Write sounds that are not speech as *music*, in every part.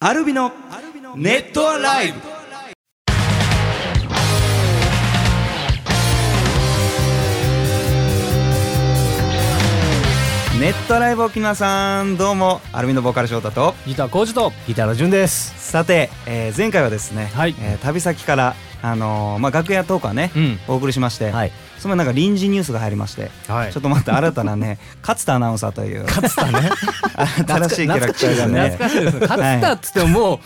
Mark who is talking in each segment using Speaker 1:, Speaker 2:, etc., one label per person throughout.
Speaker 1: アルビのネットアライブネットアライブ沖縄さんどうもアルミのボーカル翔太と
Speaker 2: ギター工事とギターの順です。
Speaker 1: さて、えー前回はですね、
Speaker 2: はい
Speaker 1: えー旅先から、あのーまあ、楽屋トークはね、
Speaker 2: うん
Speaker 1: お送りしまして、
Speaker 2: はい
Speaker 1: その前なんか臨時ニュースが入りまして、
Speaker 2: はい
Speaker 1: ちょっとまた新たなね *laughs* 勝田アナウンサーという
Speaker 2: 勝田
Speaker 1: *laughs*
Speaker 2: ね。
Speaker 1: 新しいキャラクターがね
Speaker 2: 懐かしいですね。勝田っつってもも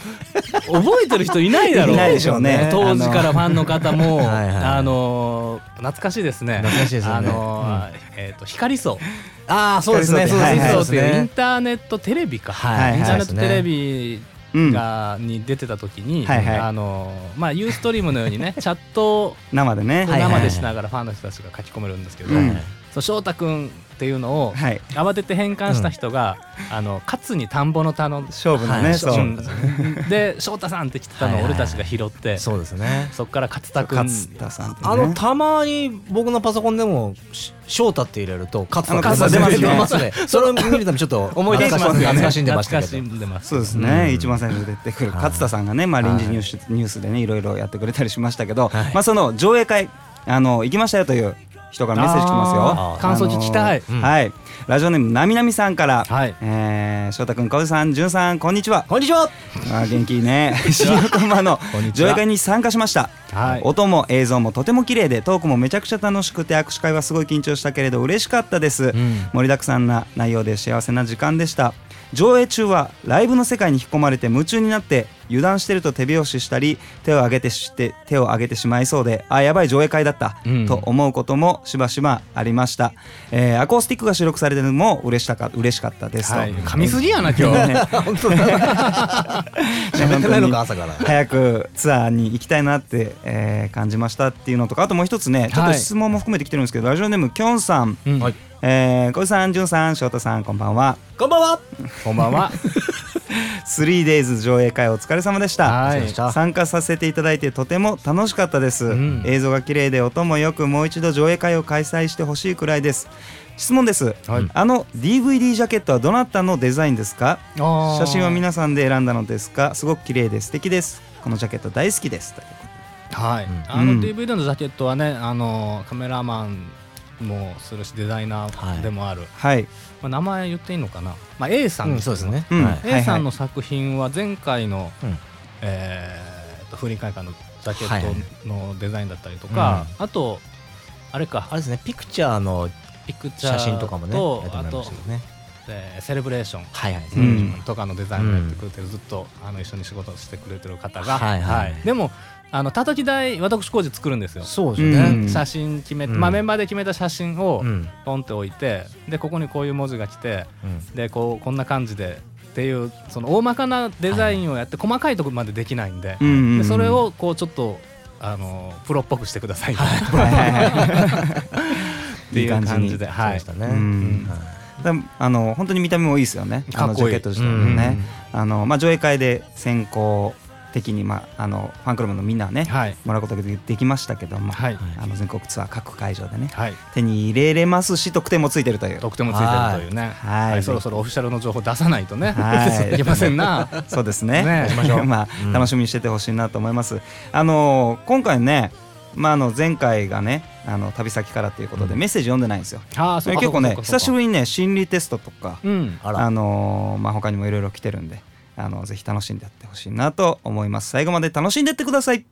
Speaker 2: う覚えてる人いないだろう。
Speaker 1: いないでしょうね
Speaker 2: 当時からファンの方も
Speaker 3: はいはい
Speaker 2: あのー懐かしいですね。
Speaker 3: 懐かしいですよね
Speaker 2: あのーえっと光層。
Speaker 3: ああそうですね。
Speaker 1: 光
Speaker 3: そう
Speaker 1: は
Speaker 3: で
Speaker 1: い
Speaker 3: す
Speaker 1: はい
Speaker 2: 光
Speaker 3: ね。そ
Speaker 2: 層って
Speaker 3: うです
Speaker 2: いうイン
Speaker 3: ね。
Speaker 2: ターネットテレビか。
Speaker 3: はいはい
Speaker 2: インターネットテレビ。
Speaker 1: うん
Speaker 2: がに出てた時に、
Speaker 1: はいはい
Speaker 2: あのーまあユーストリームのようにねチャットを
Speaker 1: 生でね、
Speaker 3: いはい
Speaker 2: 生でしながらファンの人たちが書き込めるんですけど、
Speaker 1: うん
Speaker 2: そう翔太くんっていうのを
Speaker 1: はい
Speaker 2: 慌てて変換した人が「あの勝に田んぼの田の」
Speaker 1: 勝負のね、
Speaker 3: はい
Speaker 1: そう、
Speaker 2: うんで翔太さんって来てたの
Speaker 3: はい
Speaker 2: を
Speaker 3: はい
Speaker 2: 俺たちが拾って、
Speaker 3: そうですね。
Speaker 2: そっから勝田くん
Speaker 1: 勝田さんってね
Speaker 3: あのたまに僕のパソコンでもし翔太って入れると勝
Speaker 1: あの
Speaker 3: 田勝田
Speaker 1: 勝田出
Speaker 3: 出
Speaker 1: ま
Speaker 3: ますすね。
Speaker 2: *laughs*
Speaker 3: それを見るためちょっと思い出し
Speaker 1: 出てきますね
Speaker 3: 懐かしんでましたけ
Speaker 2: 懐
Speaker 3: ど。
Speaker 2: かしんでます
Speaker 1: そうですね、一番最初に出てくる
Speaker 3: はい
Speaker 1: 勝田さんがね、まあ、臨時ニュース,、ニュースでねいろいろやってくれたりしましたけど、まあ、その上映会あの行きましたよという人からメッセージ来てますよ
Speaker 2: あー感想聞きたい
Speaker 1: あのーはいラジオネームなみなみさんから、
Speaker 2: はい
Speaker 1: えー翔太くん小路さんじゅんさんこんにちは
Speaker 3: こんにちは。
Speaker 1: あー元気いい
Speaker 2: *laughs*
Speaker 1: ね新横浜の
Speaker 2: こんにち
Speaker 1: 上
Speaker 2: は
Speaker 1: 映会に参加しました、
Speaker 2: はい
Speaker 1: 音も映像もとても綺麗でトークもめちゃくちゃ楽しくて握手会はすごい緊張したけれど嬉しかったです、盛りだくさんな内容で幸せな時間でした上映中はライブの世界に引き込まれて夢中になって油断してると手拍子したり手を上げてして手を上げてしまいそうであやばい上映会だった、
Speaker 2: うん
Speaker 1: と思うこともしばしばありました、えーアコースティックが収録されてるのも嬉したか嬉しかったですと、
Speaker 2: はい噛みすぎやな今 *laughs* 日
Speaker 3: 本当だ。喋ってないのか朝から。
Speaker 1: 早くツアーに行きたいなって、えー感じましたっていうのとかあともう一つねちょっと質問も含めてきてるんですけど、ラジオネームきょんさん、
Speaker 2: うん
Speaker 3: はい
Speaker 1: えー、小池さん、じゅんさん、翔太さん、こんばんは。
Speaker 3: こんばんは。
Speaker 2: こんばんは
Speaker 1: 3days 上映会お疲れ様でした。
Speaker 2: はい
Speaker 1: 参加させていただいてとても楽しかったです、
Speaker 2: ん
Speaker 1: 映像が綺麗で音もよくもう一度上映会を開催してほしいくらいです質問です、
Speaker 2: はい
Speaker 1: あの DVD ジャケットはどなたのデザインですか
Speaker 2: あー
Speaker 1: 写真は皆さんで選んだのですかすごく綺麗で素敵ですこのジャケット大好きですということで
Speaker 2: はい、
Speaker 3: ん
Speaker 2: あ
Speaker 1: うん
Speaker 2: の DVD のジャケットはねあのカメラマンもするしデザイナーでもある、
Speaker 1: はい
Speaker 2: まあ、名前言っていいのかな、まあ、A さん
Speaker 3: う
Speaker 2: で
Speaker 3: んそうですね。
Speaker 1: うん
Speaker 3: はい。
Speaker 1: はいはい
Speaker 2: A さんの作品は前回の、
Speaker 3: うん
Speaker 2: えーっと風鈴会館のジャケ
Speaker 3: はい
Speaker 2: ットのデザインだったりとか、あとあれか
Speaker 3: あれですね。ピクチャーの
Speaker 2: ピクチャー
Speaker 3: 写真とかもね。やっても
Speaker 2: あ
Speaker 3: らいま
Speaker 2: と
Speaker 3: したけどね。
Speaker 2: えーセレブレーション
Speaker 3: はいはい。
Speaker 1: うん
Speaker 2: とかのデザインをやってくれてる、ずっとあの一緒に仕事してくれてる方が、
Speaker 3: はいはい
Speaker 2: でもあの叩き台私工事作るんですよ、
Speaker 3: そう
Speaker 1: ですねうん
Speaker 2: 写真決めて、
Speaker 3: うん
Speaker 2: まあ、メンバーで決めた写真を
Speaker 3: うん。
Speaker 2: ポンって置いてでここにこういう文字が来て
Speaker 3: うん
Speaker 2: でこうこんな感じでっていうその大まかなデザインをやって細かいところまでできないんで,、
Speaker 1: うんうんうん
Speaker 2: でそれをこうちょっとあのプロっぽくしてくださいと、 *laughs*
Speaker 1: はいはいはい
Speaker 2: っていう感じ
Speaker 1: いい感じに
Speaker 2: で
Speaker 3: そう
Speaker 2: は
Speaker 3: で
Speaker 2: い
Speaker 3: したね。
Speaker 1: う
Speaker 3: うんん
Speaker 1: だあの本当に見た目もいいですよね
Speaker 2: か
Speaker 1: あの
Speaker 2: っこいい
Speaker 1: ジャケット自体もね、あのまあ、上映会で先行的に、まあ、あのファンクラブのみんなはね、
Speaker 2: はい
Speaker 1: もらうことができましたけども、
Speaker 2: はい
Speaker 1: あの全国ツアー各会場でね
Speaker 2: はい
Speaker 1: 手に入れれますし特典もついてるという
Speaker 2: 得点もついてるというね
Speaker 1: はい
Speaker 2: はいそろそろオフィシャルの情報出さ *laughs* ないとね、、
Speaker 1: はいい
Speaker 2: *laughs* けませ
Speaker 1: *laughs*
Speaker 2: んな
Speaker 1: そうですね
Speaker 2: ねしましょう
Speaker 1: まあ、
Speaker 3: うん
Speaker 1: 楽しみにしててほしいなと思いますあの今回ね、まあ、あの前回がねあの旅先からということでメッセージ読んでないんですよ、
Speaker 2: あーそうか
Speaker 1: 結構ね
Speaker 2: そうかそうか
Speaker 1: 久しぶりにね心理テストとか、
Speaker 2: うん
Speaker 3: あ
Speaker 1: あ
Speaker 3: ら。
Speaker 1: のーまあ他にもいろいろ来てるんで、あのぜひ楽しんでやってほしいなと思います。最後まで楽しんでってください。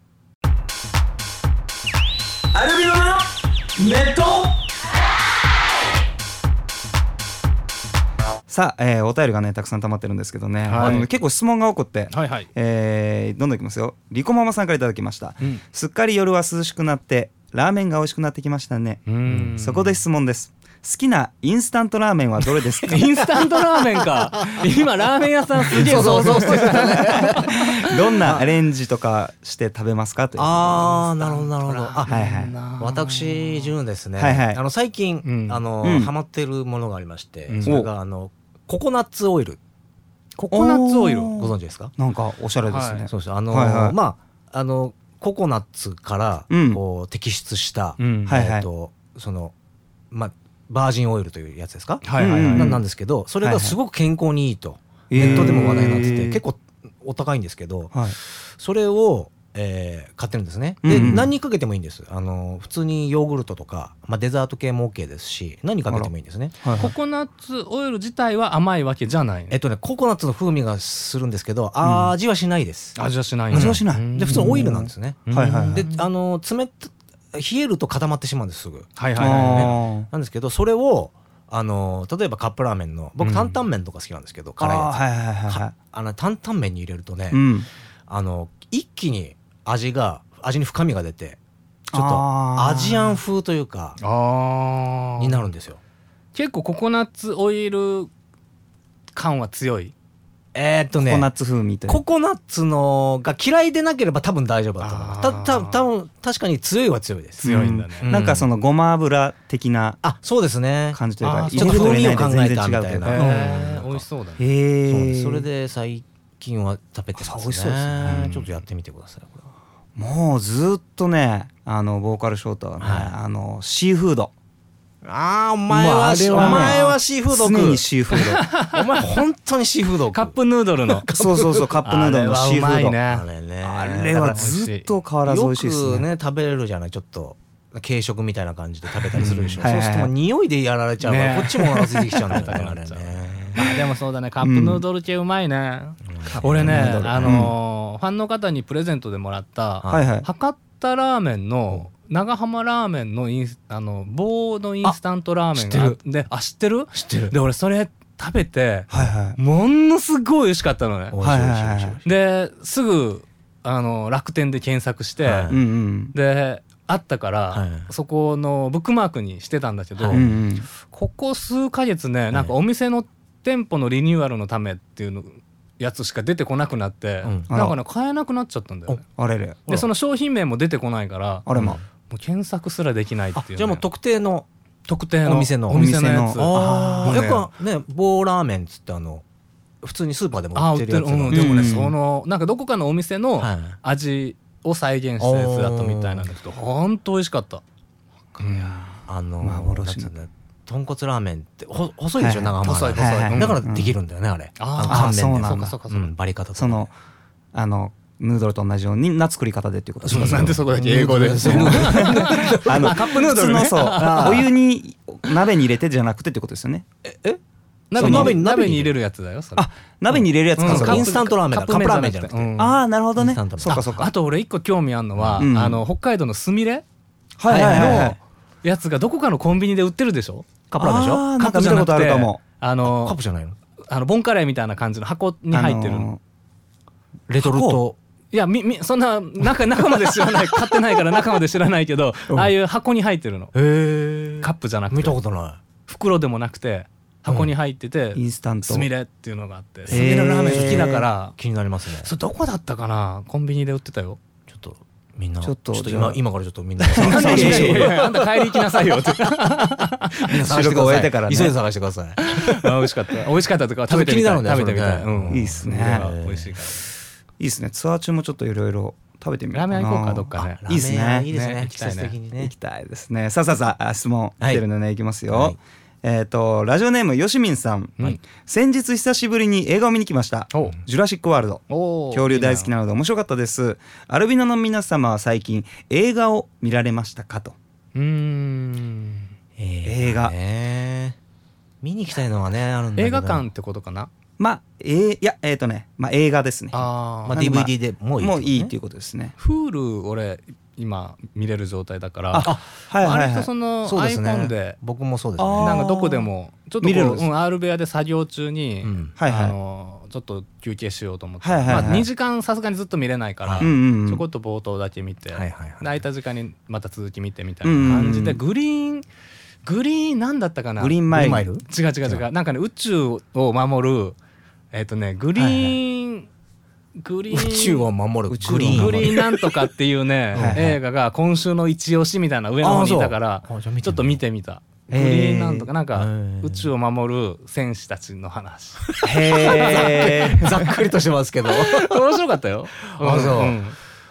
Speaker 1: アルビノのネット。さあ、えーお便りがねたくさん溜まってるんですけどね、
Speaker 2: はい
Speaker 1: あの結構質問が多くって、
Speaker 2: はいはい
Speaker 1: えーどんどんいきますよリコママさんからいただきました、
Speaker 2: うん
Speaker 1: すっかり夜は涼しくなってラーメンが美味しくなってきましたね、
Speaker 2: うん
Speaker 1: そこで質問です好きなインスタントラーメンはどれですか
Speaker 2: インスタントラーメンか今ラーメン屋さんすげえ想像してたね
Speaker 1: *laughs* どんなアレンジとかして食べますかという。
Speaker 3: ああなるほどなるほど。あ
Speaker 1: はいはい。
Speaker 3: 私純ですね、
Speaker 1: はいはい
Speaker 3: あの最近、
Speaker 2: うん
Speaker 3: あの、
Speaker 1: うん
Speaker 3: ハマってるものがありまして、
Speaker 2: うん
Speaker 3: それがあのココナッツオイル
Speaker 2: ココナッツオイル
Speaker 1: おー
Speaker 3: ご存知ですか
Speaker 1: なんかおしゃれですね。
Speaker 2: は
Speaker 3: そうですあの、
Speaker 1: はいはい
Speaker 3: まああのココナッツから
Speaker 1: うん
Speaker 3: こう摘出した、
Speaker 2: うん
Speaker 1: はい
Speaker 3: えっ、とそのまあバージンオイルというやつですか、
Speaker 2: はいはいはい
Speaker 1: うん
Speaker 3: ななんですけどそれがすごく健康にいいと、
Speaker 1: えー
Speaker 3: ネットでも話題になってて、結構お高いんですけど
Speaker 1: はい
Speaker 3: それを、えー買ってるんですねで、
Speaker 1: うんうん
Speaker 3: 何にかけてもいいんですあの普通にヨーグルトとか、まあ、デザート系も OK ですし何にかけてもいいんですね
Speaker 1: はいは
Speaker 2: コ
Speaker 1: い
Speaker 2: コナッツオイル自体は甘いわけじゃない
Speaker 3: えっ
Speaker 2: ね
Speaker 3: とねココナッツの風味がするんですけどあー味はしないです、
Speaker 2: 味はしない
Speaker 1: 味はしない
Speaker 3: で普通のオイルなんですね
Speaker 1: んはいはいはい
Speaker 3: で
Speaker 2: で
Speaker 3: あの冷た冷えると固まってしまうんですすぐ
Speaker 2: はいはいはいはい
Speaker 1: あ
Speaker 3: なんですけどそれをあの例えばカップラーメンの僕
Speaker 2: うん
Speaker 3: 担々麺とか好きなんですけど、
Speaker 1: ー
Speaker 3: 辛い
Speaker 1: あー
Speaker 3: や
Speaker 1: はいはいはい
Speaker 3: つ、
Speaker 1: は
Speaker 3: かあの担々麺に入れるとね、
Speaker 1: いうん
Speaker 3: あの一気に味が味に深みが出てちょっと
Speaker 1: あー
Speaker 3: アジアン風というか
Speaker 2: あー
Speaker 3: になるんですよ
Speaker 2: 結構ココナッツオイル感は強い
Speaker 3: えー、っと
Speaker 1: ココナッ
Speaker 3: ね
Speaker 1: ツ風味という
Speaker 3: ココナッツのが嫌いでなければ多分大丈夫だと思うた
Speaker 2: あー
Speaker 3: た多分確かに強いは強いです
Speaker 2: 強いんだね、
Speaker 3: う
Speaker 1: なんかそのごま油的な
Speaker 3: あそうですね
Speaker 1: 感じというか
Speaker 2: あー
Speaker 1: 入れると入れないで全
Speaker 3: ちょっと
Speaker 1: 然違
Speaker 3: 風味を考えたみたいうな
Speaker 1: けど
Speaker 2: へー
Speaker 3: うん
Speaker 2: 美味しそうだね
Speaker 1: へ
Speaker 3: そうで
Speaker 1: え
Speaker 3: すそれで最近は食べてますね
Speaker 1: 美味しそうですね
Speaker 3: ちょっとやってみてくださいこれは
Speaker 1: もうずっとねあのボーカルショートはね、
Speaker 3: はい
Speaker 1: あのシーフード
Speaker 3: あーお前
Speaker 1: まあ
Speaker 3: は
Speaker 1: あれ
Speaker 3: しお
Speaker 1: はね
Speaker 3: 前はシーフード食
Speaker 1: 常
Speaker 3: う
Speaker 1: にシーフー
Speaker 3: *laughs* お前本当にシーフード食う
Speaker 2: カップヌードルの
Speaker 1: ドそうそうそうカップヌードルのシーフ
Speaker 2: あ
Speaker 1: ー
Speaker 2: れはうまい
Speaker 1: ド
Speaker 2: ね
Speaker 3: あれね
Speaker 1: あれはずっと変わらず美味しいです
Speaker 3: よ
Speaker 1: ね
Speaker 3: くね食べれるじゃないちょっと軽食みたいな感じで食べたりするでしょ、
Speaker 1: うんはい
Speaker 3: そ
Speaker 1: は
Speaker 3: う
Speaker 1: い
Speaker 3: するともう匂いでやられちゃうから、
Speaker 2: ね
Speaker 3: こっちもお腹空いてきちゃ
Speaker 1: *laughs*
Speaker 3: うんだよねあ
Speaker 2: 食べたくな
Speaker 3: れ
Speaker 2: っちゃう
Speaker 3: ね
Speaker 2: あでもそうだねカップヌードル系うまいね、俺ね
Speaker 1: ヌードル
Speaker 2: あのーファンの方にプレゼントでもらった、
Speaker 1: はいはい
Speaker 2: 博多ラーメンの長浜ラーメンのインスあの棒のインスタントラーメンが
Speaker 3: あ
Speaker 2: あ
Speaker 3: 知
Speaker 2: っ
Speaker 3: って
Speaker 2: であ知ってる
Speaker 3: 知ってる
Speaker 2: で俺それ食べて
Speaker 1: はいはい
Speaker 2: ものすごい美味しかったのね
Speaker 3: 美味しい美味しい
Speaker 1: はいはいはい
Speaker 3: 美味しい美味しい
Speaker 2: ですぐあの楽天で検索して、
Speaker 3: は
Speaker 1: うんうん
Speaker 2: であったから、
Speaker 3: はい
Speaker 2: そこのブックマークにしてたんだけど、
Speaker 3: は
Speaker 1: う
Speaker 3: い
Speaker 1: んうん
Speaker 2: ここ数ヶ月ねなんかお店の店舗のリニューアルのためっていうのやつしか出てこなくなって、
Speaker 3: うん
Speaker 1: あら
Speaker 2: なんかね買えなくなっちゃったんだよね、
Speaker 1: あれれ
Speaker 2: でその商品名も出てこないから
Speaker 1: あれま
Speaker 2: もう検索すらできないって
Speaker 3: あ
Speaker 2: いうね、
Speaker 3: じゃあもう特定の
Speaker 2: 特定の
Speaker 3: お店の
Speaker 2: お店のや
Speaker 1: お店
Speaker 2: つ
Speaker 1: のあ
Speaker 3: あ
Speaker 2: ー
Speaker 3: ーよくね棒ラーメンっつってあの普通にスーパーでも
Speaker 2: あ
Speaker 3: 売っ
Speaker 2: 売ってて
Speaker 3: るや
Speaker 2: る、
Speaker 3: つ
Speaker 2: う
Speaker 3: が
Speaker 2: ん、
Speaker 1: ん
Speaker 2: でもね、
Speaker 1: うん
Speaker 2: そのなんかどこかのお店の
Speaker 3: はい
Speaker 2: 味を再現したやつだったみたいなんだけどほんと美味しかった
Speaker 3: あの
Speaker 1: 幻の
Speaker 3: なんつうんだ豚骨ラーメンってほ細いでしょ
Speaker 1: はい
Speaker 3: 長浜
Speaker 2: 細い
Speaker 3: ラーメン
Speaker 1: はいはい
Speaker 2: 細い
Speaker 3: だからできるんだよねあれ
Speaker 2: あー
Speaker 3: の乾麺で
Speaker 1: あーそうなんだ
Speaker 2: そうかそうかそうか
Speaker 3: んバリカタとか
Speaker 1: そのあのヌードルと同じようにな作り方でっていうこと
Speaker 3: そう
Speaker 1: です
Speaker 2: なんでそこだけ英語で
Speaker 3: そうそう
Speaker 1: *laughs* あの
Speaker 2: カップヌードルね
Speaker 1: 普通のそうお湯に鍋に入れてじゃなくてってことですよねそ
Speaker 2: 鍋
Speaker 1: の
Speaker 2: に鍋に
Speaker 3: 鍋に
Speaker 2: 鍋に入れるやつだよそれ
Speaker 1: あ鍋に入れるやつ
Speaker 2: うん
Speaker 1: かそ
Speaker 3: カ
Speaker 1: れ
Speaker 3: ッイプンスタントラーメンだ
Speaker 2: カップ
Speaker 3: カップラーメンじゃなくて
Speaker 2: うん
Speaker 1: ああなるほど
Speaker 3: イ
Speaker 1: ね
Speaker 3: ンスタント麺
Speaker 1: そうかそうか
Speaker 2: あと俺一個興味あるのは、
Speaker 1: うん
Speaker 2: あの北海道のすみれ
Speaker 1: はいはいはいはい
Speaker 2: やつがどこかのコンビニで売ってるでしょ
Speaker 3: カップラーメンでしょ
Speaker 1: あー
Speaker 2: カ
Speaker 1: なん
Speaker 2: ッ
Speaker 1: か
Speaker 2: プ
Speaker 1: 見
Speaker 2: じゃ
Speaker 1: た
Speaker 2: な
Speaker 1: こ
Speaker 2: くて
Speaker 1: とあるかも
Speaker 2: あの
Speaker 3: カップじゃないの
Speaker 2: あのボンカレーみたいな感じの箱に入ってる、
Speaker 1: あの
Speaker 3: レトルト
Speaker 2: いやみみそんな中中まで
Speaker 1: *laughs*
Speaker 2: 知らない買ってないから中まで知らないけど、ああいう箱に入ってるの
Speaker 3: へえ
Speaker 2: カップじゃなく
Speaker 3: 見
Speaker 2: て
Speaker 3: たことな
Speaker 2: 袋でもなくて箱に入ってて、
Speaker 1: インスタント
Speaker 2: すみれっていうのがあって
Speaker 1: ー
Speaker 2: すみれラーメン好きだから
Speaker 3: い、気になりますね
Speaker 2: それどこだったかなコンビニで売ってたよ
Speaker 3: ちょっとみんな
Speaker 1: ちょっとじゃあ
Speaker 3: 今今からちょっとみん
Speaker 1: *laughs*
Speaker 3: な
Speaker 1: なん
Speaker 3: *laughs*
Speaker 1: で
Speaker 3: 探してみ
Speaker 1: い
Speaker 3: て
Speaker 1: やいや
Speaker 2: あんた帰り行きなさいよって
Speaker 3: みんな探
Speaker 1: 収
Speaker 3: してください
Speaker 1: 録終えてからね
Speaker 3: 急いで探してください
Speaker 2: 美味しかった美味しかったとか食べてみ
Speaker 3: ちょ
Speaker 2: たい
Speaker 3: っと気に
Speaker 2: 食
Speaker 3: なる
Speaker 2: べ
Speaker 3: ん
Speaker 2: て
Speaker 3: だよ
Speaker 2: みたい、
Speaker 3: それね
Speaker 2: うん、
Speaker 1: いいっすね
Speaker 2: それは美味しいか
Speaker 1: い
Speaker 2: ら
Speaker 1: いですねツアー中もちょっといろいろ食べてみよう
Speaker 2: ラー
Speaker 1: かな
Speaker 2: メン屋行こうかどっかね
Speaker 1: いいです
Speaker 3: ラーメン屋
Speaker 1: ね
Speaker 3: いいですね
Speaker 2: ね
Speaker 3: 季節的にね
Speaker 1: 行きたいですねさあさあさああ質問来てるのでね、い、きますよ、
Speaker 3: はい
Speaker 1: えっ、とラジオネームよしみんさん、
Speaker 2: はい
Speaker 1: 先日久しぶりに映画を見に来ました
Speaker 2: おう
Speaker 1: ジュラシックワールド
Speaker 2: お
Speaker 1: 恐竜大好き
Speaker 2: な
Speaker 1: なので面白かったですアルビノの皆様は最近映画を見られましたかと
Speaker 2: うーん
Speaker 1: 映
Speaker 3: 映
Speaker 1: 画
Speaker 3: 画ね見に行きたいのはねあるんだけど
Speaker 2: 映画館ってことかな
Speaker 1: まあえーいやえっ、とねまあ映画ですね
Speaker 2: あ
Speaker 3: まあ
Speaker 1: なんでまあ
Speaker 3: DVD でもういい
Speaker 1: もういいって
Speaker 3: て
Speaker 1: いうことですね
Speaker 2: Hulu 俺今見れる状態だから
Speaker 1: あはいはい
Speaker 2: 割
Speaker 1: は
Speaker 2: と
Speaker 1: い
Speaker 2: その
Speaker 3: そうですね
Speaker 2: iPhone で
Speaker 3: 僕もそうです
Speaker 1: あー
Speaker 3: ね
Speaker 2: なんかどこでもちょっとこ
Speaker 1: 見れるん
Speaker 2: う、
Speaker 1: です
Speaker 2: うん、R 部屋で作業中に、
Speaker 3: うん
Speaker 1: はいはい
Speaker 2: あのちょっと休憩しようと思って、
Speaker 1: はいはいはい
Speaker 2: まあ、2時間さすがにずっと見れないから、
Speaker 3: はい
Speaker 1: うんうんうん
Speaker 2: ちょこっと冒頭だけ見て、
Speaker 3: はいはいはい
Speaker 2: で空いた時間にまた続き見てみたいな感じで、
Speaker 1: うん
Speaker 2: グリーングリーンなんだったかな
Speaker 1: グリーン
Speaker 3: マ
Speaker 1: マイル
Speaker 3: イル
Speaker 2: 違う違う違うなんかね宇宙を守るえっ、とねグリーン、グリーン
Speaker 3: 宇宙を守る
Speaker 1: 宇宙を
Speaker 3: グリ
Speaker 1: 守
Speaker 3: ーン
Speaker 1: る
Speaker 2: グリーンなんとかっていうね
Speaker 1: はいはい
Speaker 2: 映画が今週の一押しみたいな上の方にいたから
Speaker 3: あそうあじゃあ見てみよう
Speaker 2: ちょっと見てみた。グ
Speaker 1: へ
Speaker 2: リ
Speaker 1: ー
Speaker 2: ーンなんとかなん
Speaker 3: へ
Speaker 2: か
Speaker 3: ー
Speaker 2: 宇宙を守る戦士たちの
Speaker 3: *laughs*
Speaker 2: 話
Speaker 1: へ
Speaker 2: *laughs*
Speaker 3: ざっくりとしてます *laughs* けど
Speaker 2: 面白かったよ
Speaker 3: あそうん
Speaker 1: え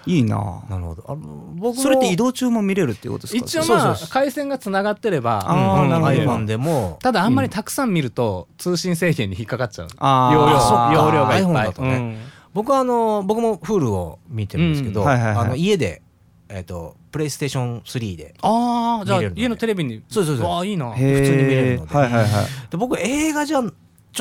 Speaker 1: いいな
Speaker 3: なるほどあの僕も
Speaker 1: それって移動中も見れるっていうことですか
Speaker 2: *laughs* 一応
Speaker 1: それ
Speaker 2: まあ
Speaker 3: そうそう
Speaker 2: 回線がつながってれば
Speaker 1: あー
Speaker 2: うん
Speaker 1: なるほど
Speaker 2: 見れ
Speaker 3: iPhone でも
Speaker 2: ただあんまりたくさん見ると通信制限に引っかかっちゃう
Speaker 1: あー
Speaker 2: 容量
Speaker 1: あー
Speaker 2: 容量がいっぱ
Speaker 3: iPhone だと
Speaker 2: い
Speaker 3: ね
Speaker 2: うん
Speaker 3: 僕はあの僕も Hulu を見てるんですけど、
Speaker 1: うんはいはいはい
Speaker 3: あの家で、えっとプレイステーション3で
Speaker 2: ああじゃあ
Speaker 3: 見れるので
Speaker 2: 家のテレビに
Speaker 3: そうそうそう
Speaker 2: わあいい
Speaker 1: へ
Speaker 2: な
Speaker 1: ー
Speaker 3: 普通に見れるので
Speaker 1: はいはいはい
Speaker 3: で僕映画じゃちょ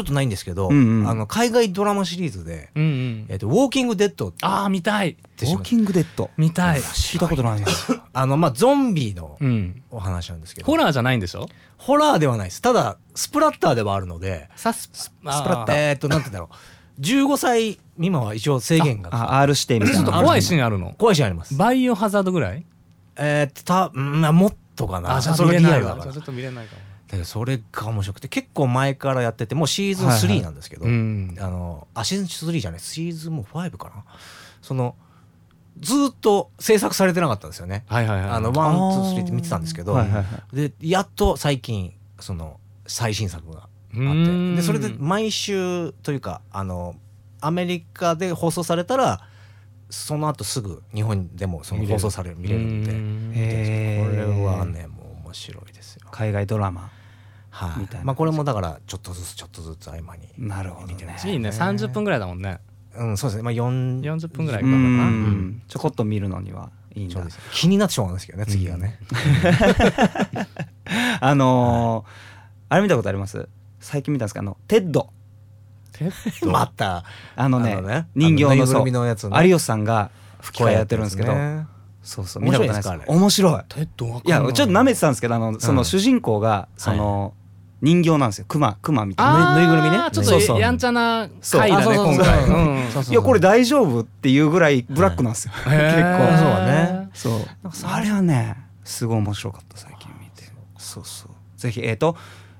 Speaker 3: っとないんですけど、
Speaker 1: うんうん
Speaker 3: あの海外ドラマシリーズで
Speaker 2: うんう
Speaker 3: 「
Speaker 2: ん
Speaker 3: えっとウォーキング・デッド」っ
Speaker 2: ああ見たい
Speaker 3: て
Speaker 1: ウォ
Speaker 3: しま
Speaker 1: ー
Speaker 3: っ
Speaker 1: キングデッド
Speaker 2: 見たい
Speaker 1: 聞いたことないな
Speaker 3: あのまあゾンビの
Speaker 2: うん
Speaker 3: お話なんですけど、
Speaker 2: ホラーじゃないんでしょ
Speaker 3: ホラーではないですただスプラッターではあるので
Speaker 2: サススプ
Speaker 3: スプラッターえっとなんて言うんだろう15歳未満は一応制限が
Speaker 1: あ R 指定みたい
Speaker 2: ち
Speaker 1: な
Speaker 2: ょっと怖いシーンあるの
Speaker 3: 怖いシーンあります
Speaker 2: バイオハザードぐらい
Speaker 3: えー、っとたうんあもっとかな
Speaker 2: あじゃあ
Speaker 3: そ
Speaker 2: 見
Speaker 3: れ
Speaker 2: れ
Speaker 3: がリ
Speaker 2: な
Speaker 3: ア
Speaker 2: い
Speaker 3: ルだ
Speaker 2: わ
Speaker 3: か
Speaker 2: じゃ
Speaker 3: ら
Speaker 2: あちょっと見れないかも
Speaker 3: だけどそれが面白くて結構前からやっててもうシーズン
Speaker 1: はいはい
Speaker 3: 3なんですけど、
Speaker 2: うん
Speaker 3: あのあシーズン3じゃないシーズンもう5かなそのずーっと制作されてなかったんですよね、
Speaker 2: はいはいはい
Speaker 3: あの
Speaker 1: あー
Speaker 3: 123って見てたんですけど、
Speaker 1: はいはいはい
Speaker 3: でやっと最近その最新作があ
Speaker 2: う
Speaker 3: っ
Speaker 2: ー
Speaker 3: て
Speaker 2: ん
Speaker 3: でそれで毎週というかあのアメリカで放送されたらその後すぐ日本でもその
Speaker 2: 見れる
Speaker 3: 放送される見れるので
Speaker 2: うーん
Speaker 1: へえ
Speaker 3: これはねもう面白いですよ
Speaker 1: 海外ドラマ
Speaker 3: はい、
Speaker 1: みたいな
Speaker 3: まあこれもだからちょっとずつちょっとずつ合間に
Speaker 1: なるほど
Speaker 3: 見てま
Speaker 1: ね
Speaker 3: す
Speaker 2: いいね30分ぐらいだもんね
Speaker 3: うんそうですねまあ4
Speaker 2: 40分ぐらい
Speaker 1: うん
Speaker 2: かな
Speaker 1: うんちょこっと見るのにはいいん
Speaker 3: そう
Speaker 1: だ
Speaker 3: ですね気になってしまうんですけどね次がね、
Speaker 1: あのーあれ見たことあります最近見たんですかあのテッド
Speaker 2: て
Speaker 3: *laughs* また
Speaker 1: あのね
Speaker 3: あのね
Speaker 1: 人形
Speaker 3: あのぬ
Speaker 1: の
Speaker 3: いぐる
Speaker 1: そう
Speaker 3: みのやつね
Speaker 1: 有吉さんが吹き替えやってるんですけど
Speaker 3: こうやって
Speaker 1: そうそう見たことないです
Speaker 3: 面白いですかあれ
Speaker 1: 面白い
Speaker 2: テッドわか
Speaker 1: いやちょっと舐めて
Speaker 2: た
Speaker 1: たんですけどあのそうの
Speaker 3: ん
Speaker 1: 主人公がその人形なんですよクマクマみたいな
Speaker 2: あー
Speaker 3: ぬいぐるみね
Speaker 2: ちょっ
Speaker 1: そうそう
Speaker 2: とやんちゃな回だ
Speaker 3: そう
Speaker 2: ね
Speaker 3: あそうそう
Speaker 2: 今
Speaker 3: そう
Speaker 2: 回
Speaker 3: そう
Speaker 2: うん
Speaker 3: そうそう
Speaker 1: いやこれ大丈夫っていうぐらいブラックなんですよ結
Speaker 2: へー
Speaker 1: 構
Speaker 3: ね
Speaker 1: そうあれはねすごい面白かった最近見てそうそうぜひえっと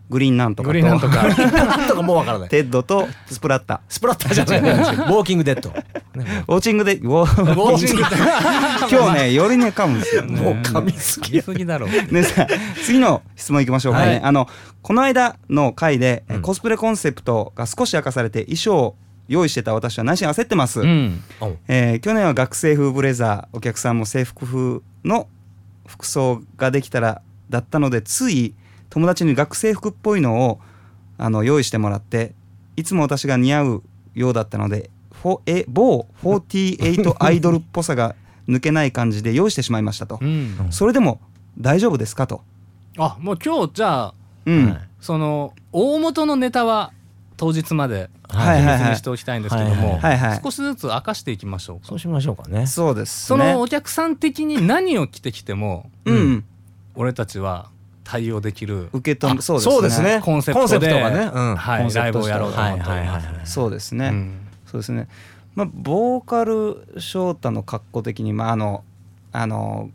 Speaker 1: グリーンなんとか
Speaker 2: グリーンなんと
Speaker 1: と
Speaker 2: か
Speaker 3: なんとかもうわからな
Speaker 1: *laughs*
Speaker 3: い
Speaker 1: テッドとスプラッタ
Speaker 3: スプラッターじゃないウォーキングデッド、ね、
Speaker 1: ウォーチングでウォ
Speaker 2: ウ
Speaker 1: ー
Speaker 2: ォーキング
Speaker 1: *laughs* 今日ねよりね噛むんですよね
Speaker 3: もう噛みすぎ
Speaker 1: *laughs*
Speaker 2: 噛みすぎだろ *laughs* う
Speaker 1: ねさ次の質問いきましょうかね、
Speaker 3: はい
Speaker 1: あのこの間の回で、え
Speaker 3: うん
Speaker 1: コスプレコンセプトが少し明かされて衣装を用意してた私は内心焦ってます、
Speaker 2: うん
Speaker 3: もう
Speaker 1: えー去年は学生風ブレザーお客さんも制服風の服装ができたらだったのでつい友達に学生服っぽいのをあの用意してもらっていつも私が似合うようだったのでフォえ某48アイドルっぽさが抜けない感じで用意してしまいましたと
Speaker 2: う、ん
Speaker 1: それでも大丈夫ですかと、
Speaker 2: あもう今日じゃあ
Speaker 1: うん
Speaker 3: はい
Speaker 2: その大元のネタは当日まで
Speaker 1: はいはい
Speaker 2: 別にしておきたいんですけども
Speaker 1: はいはい
Speaker 2: 少しずつ明かしていきましょうか
Speaker 3: そうしましょうかね
Speaker 1: そうです、ね、
Speaker 2: そのお客さん的に何を着てきても
Speaker 1: うん、
Speaker 2: 俺たちは対応できる
Speaker 1: 受け止めそうですね
Speaker 3: そうですね
Speaker 2: コンセプトで
Speaker 3: コンセプトがね、うん
Speaker 2: はい
Speaker 3: コンセプトして
Speaker 2: ライブをやろうと思っております
Speaker 3: はいはいはいはい
Speaker 1: そうです
Speaker 2: う
Speaker 1: ね、
Speaker 2: ん
Speaker 1: そうですねまあボーカル翔太の格好的にまああのあの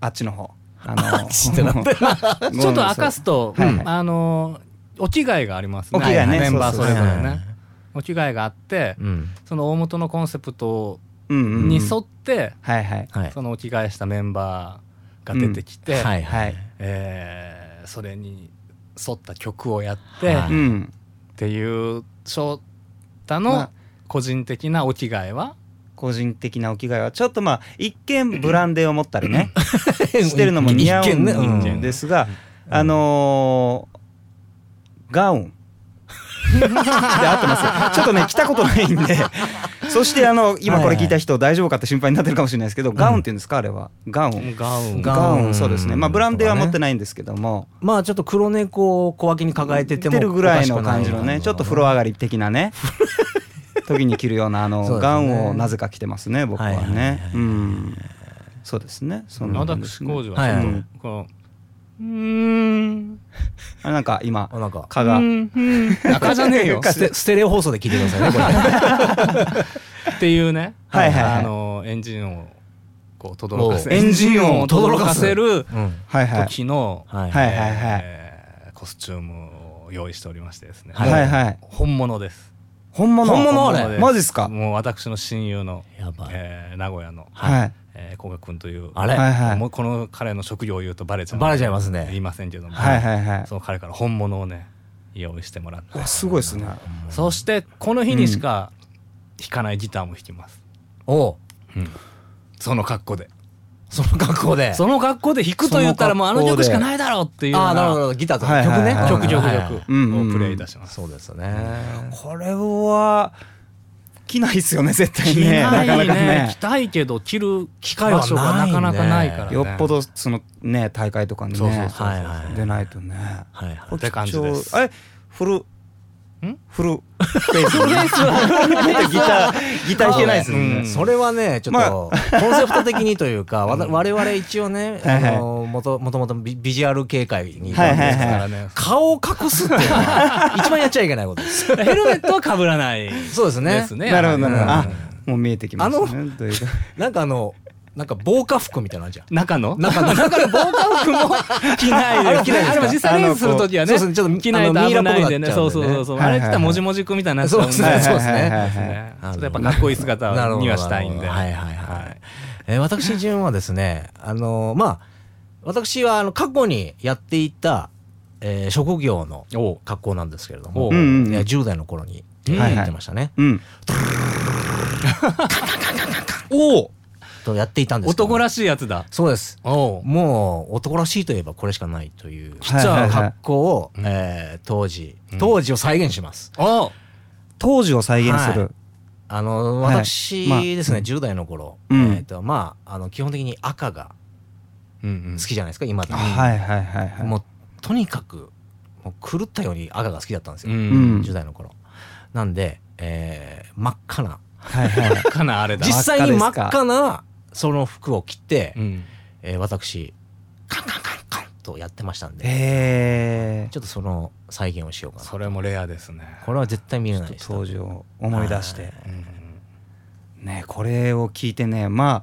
Speaker 1: あっちの方あの
Speaker 3: あっちってな
Speaker 1: *laughs*
Speaker 3: んだ
Speaker 1: ごめんな
Speaker 2: ち
Speaker 1: さ
Speaker 2: ょ
Speaker 1: い
Speaker 2: っと明かすと、
Speaker 1: はいはい
Speaker 2: あのお着替えがあります
Speaker 1: お着替えね
Speaker 2: メンバーそ
Speaker 1: そう
Speaker 2: れ
Speaker 1: そう
Speaker 2: ぞれね、
Speaker 3: はいはいはい
Speaker 2: お着替えがあって
Speaker 3: うん
Speaker 2: その大元のコンセプト
Speaker 1: うんうんうん
Speaker 2: に沿って、
Speaker 1: はいはい
Speaker 3: はい
Speaker 2: そのお着替えしたメンバーが出てきて、
Speaker 3: は
Speaker 1: *laughs*
Speaker 3: い
Speaker 1: はい
Speaker 2: えーそれに沿った曲をやって、
Speaker 3: は
Speaker 1: う
Speaker 3: い
Speaker 1: ん
Speaker 2: っていう翔
Speaker 1: ま
Speaker 2: 太の
Speaker 1: あ
Speaker 2: 個人的なお着替えは、
Speaker 1: 個人的なお着替えはちょっとまあ一見ブランデーを持ったりねしてるのも似合
Speaker 3: 一見ねう
Speaker 1: うんんですが、あのーガウ
Speaker 3: *laughs*
Speaker 1: ンで合ってますちょっとね着たことないんでそしてあの今これ聞いた人大丈夫かって心配になってるかもしれないですけど、ガウンっていうんですかあれはガウン、
Speaker 2: ガウン
Speaker 3: ガ
Speaker 1: ガ
Speaker 3: ウン
Speaker 1: ウンそうですねまあブランデーは
Speaker 3: とかね
Speaker 1: 持ってないんですけども
Speaker 3: まあちょっと黒猫を小脇に抱えてても
Speaker 1: てるぐらいの感じのねちょっと風呂
Speaker 3: ア
Speaker 1: 上がり的なね時に着るようなあ
Speaker 3: そう
Speaker 1: の
Speaker 3: ですね
Speaker 1: ガウンをなぜか着てますね僕は
Speaker 3: はいはいはい
Speaker 1: ねうんそうですねそんな感じです
Speaker 2: 私
Speaker 1: ね
Speaker 2: 工事は
Speaker 3: はい
Speaker 2: ちょっ
Speaker 3: はい
Speaker 2: と、このうーん
Speaker 1: あなんか今
Speaker 3: なんか
Speaker 1: 蚊が
Speaker 2: 赤じ
Speaker 1: *laughs*
Speaker 2: ゃねえ
Speaker 3: *laughs*
Speaker 2: よ
Speaker 3: ステステレオ放送で聞いてくださいねこれ
Speaker 2: っていうね、
Speaker 1: はいはいはい
Speaker 2: あのエンジン音をこうとどろかせ
Speaker 3: おう
Speaker 1: エンジン音を
Speaker 2: とどろかせる
Speaker 3: *laughs* うん
Speaker 1: はいはい
Speaker 2: 時の、
Speaker 3: はい
Speaker 1: はいはいはい
Speaker 2: えーコスチュームを用意しておりましてですね、
Speaker 1: はいはい
Speaker 2: 本物です
Speaker 1: 本物
Speaker 3: 本物あれ
Speaker 1: マジっすか
Speaker 2: もう私の親友の、
Speaker 3: やばい
Speaker 2: えー名古屋の、
Speaker 1: はい
Speaker 2: えー、古賀君という
Speaker 3: あれ
Speaker 1: はいはい
Speaker 2: もうこの彼の職業を言うとバレちゃう
Speaker 3: バレちゃいますね
Speaker 2: 言いませんけども、
Speaker 1: はいはいはい
Speaker 2: その彼から本物をね用意してもらって
Speaker 1: わすごいですね
Speaker 2: そしてこの日にしか弾かないギターも弾きます、
Speaker 3: おう
Speaker 2: その格好で
Speaker 3: その格好で
Speaker 2: その格好で弾くと言ったらもうあの曲しかないだろうっていうよう
Speaker 3: ああなるほ
Speaker 2: な
Speaker 3: どギターと
Speaker 1: は
Speaker 3: か
Speaker 1: いはい
Speaker 3: 曲
Speaker 1: はい
Speaker 3: ね
Speaker 1: はい
Speaker 2: 曲曲
Speaker 3: はいはい
Speaker 2: 曲
Speaker 1: うんうんうん
Speaker 2: をプレイいたします
Speaker 3: そうですね
Speaker 1: これは着ないですよね絶対
Speaker 2: 着
Speaker 1: ねな
Speaker 2: な
Speaker 1: かな
Speaker 2: い
Speaker 1: か
Speaker 2: ね
Speaker 1: ね
Speaker 2: 着たいけど着る機
Speaker 3: 会は
Speaker 2: 場
Speaker 3: ないね
Speaker 2: 所がなかなかないからね
Speaker 1: よっぽどそのね大会とかにね
Speaker 2: そうそうそう
Speaker 3: はいはい
Speaker 1: 出ないとね
Speaker 3: はいはい
Speaker 2: こって感じです
Speaker 1: あれフル
Speaker 2: ん
Speaker 1: フルフェイスフルフェイスギターギター弾けないですもん
Speaker 2: う
Speaker 1: ね
Speaker 2: ん
Speaker 3: それはねちょっとコンセプト的にというか、わた我々一応ね
Speaker 1: はいはい
Speaker 3: あのもともともとビビジュアル警戒にい
Speaker 1: は
Speaker 3: た
Speaker 1: い
Speaker 3: ん
Speaker 1: はい
Speaker 3: で
Speaker 1: はい
Speaker 3: すから
Speaker 2: ね
Speaker 3: 顔を隠すっていうのは一番やっちゃいけないこと *laughs* です
Speaker 2: ヘルメットは被らない
Speaker 3: そうですね
Speaker 2: ですね
Speaker 1: なるほどなるほど
Speaker 2: あ
Speaker 1: あ
Speaker 2: の
Speaker 1: もう見えてきましたねというか
Speaker 3: なんかあのなんか防火服みたいなのあるじゃん
Speaker 2: 中の
Speaker 3: 中の
Speaker 2: 中の防寒服も着ないで
Speaker 3: あ
Speaker 2: す
Speaker 3: れ着ないですか
Speaker 2: あれも実際レースする時は
Speaker 3: あ
Speaker 2: ね
Speaker 3: のこうそうそうちょっと
Speaker 2: 着ない
Speaker 3: あ
Speaker 2: と
Speaker 3: の
Speaker 2: 危ないんでね
Speaker 3: ミイラっぽくなっちゃ
Speaker 2: そ
Speaker 3: うん
Speaker 2: うそう
Speaker 3: でね
Speaker 2: そうそう
Speaker 1: はい
Speaker 2: あ
Speaker 1: はいは
Speaker 2: れ
Speaker 1: い
Speaker 2: 着たらもじもじくみたいになっちゃうんで
Speaker 3: そうですねそうですね
Speaker 1: はいはいはいはい
Speaker 2: ねちょっとやっぱかっこいい姿にはしたいんで
Speaker 3: なるほどはいはいはい、えー私順はですねあのまあ私はあの過去にやっていた、えー職業の
Speaker 2: おう
Speaker 3: 格好なんですけれど
Speaker 2: お
Speaker 3: も、
Speaker 2: う
Speaker 1: うんうんうん
Speaker 3: いや10代の頃にえー
Speaker 1: はいはい
Speaker 3: やってましたね、
Speaker 1: うん
Speaker 2: おう
Speaker 3: とやっていたんですけど
Speaker 2: 男らしいやつだ
Speaker 3: そうです
Speaker 2: おう
Speaker 3: もう男らしいといえばこれしかないという
Speaker 1: はい
Speaker 3: 実
Speaker 1: はいは
Speaker 3: はい格好を、えー当時当時を再現します、
Speaker 2: おう
Speaker 1: 当時を再現す
Speaker 3: はい
Speaker 1: る
Speaker 3: あの
Speaker 1: はい
Speaker 3: 私
Speaker 1: まあ
Speaker 3: ですね、10代の頃、
Speaker 1: うん
Speaker 3: えーとまああの基本的に赤が
Speaker 2: うん
Speaker 3: 好きじゃないですか今で
Speaker 1: あ
Speaker 3: も、
Speaker 1: はいはいはいはい
Speaker 3: もうとにかくもう狂ったように赤が好きだったんです
Speaker 2: う
Speaker 3: よ、
Speaker 1: うん
Speaker 2: ん
Speaker 3: 10代の頃なんで、えー真っ赤な
Speaker 1: はいはいはい
Speaker 2: かなあれだ
Speaker 3: 実際
Speaker 1: 真
Speaker 3: に真
Speaker 1: っ
Speaker 3: っ
Speaker 1: 赤ですか
Speaker 3: 赤なその服を着て、
Speaker 2: うん
Speaker 3: えー私カンカンカンカンとやってましたんで
Speaker 1: え
Speaker 3: ちょっとその再現をしようかな
Speaker 2: それもレアですね
Speaker 3: これは絶対見れない
Speaker 1: ー
Speaker 3: です
Speaker 1: 当時を思い出して
Speaker 2: うん
Speaker 1: ねこれを聞いてねま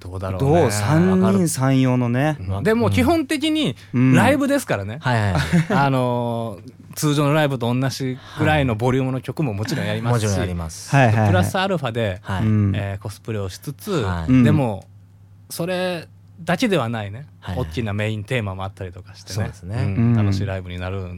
Speaker 2: どうだ
Speaker 1: あ
Speaker 2: ろ
Speaker 1: ど
Speaker 2: う
Speaker 1: う
Speaker 2: ね
Speaker 1: 3
Speaker 3: わか
Speaker 1: 人
Speaker 3: る
Speaker 1: 三様のね
Speaker 3: うん
Speaker 2: でも基本的に
Speaker 1: うん
Speaker 2: ライブです
Speaker 3: *laughs*
Speaker 2: からね、
Speaker 3: はいはい
Speaker 2: あのー通常のライブと同じぐらいのボリュームの曲ももちろんやりま
Speaker 3: も
Speaker 2: す
Speaker 3: ちろん
Speaker 2: し
Speaker 3: やります
Speaker 1: はいはいはい
Speaker 2: プラスアルファで、
Speaker 3: はい、
Speaker 1: うん
Speaker 2: えーコスプレをしつつ、
Speaker 3: は
Speaker 1: う
Speaker 3: い
Speaker 1: ん
Speaker 2: でもそれだけではないね、
Speaker 3: はいは
Speaker 2: 大
Speaker 3: い
Speaker 2: きなメインテーマもあったりとかしてね
Speaker 3: そうですね
Speaker 2: ん
Speaker 1: うん
Speaker 2: 楽しいライブになる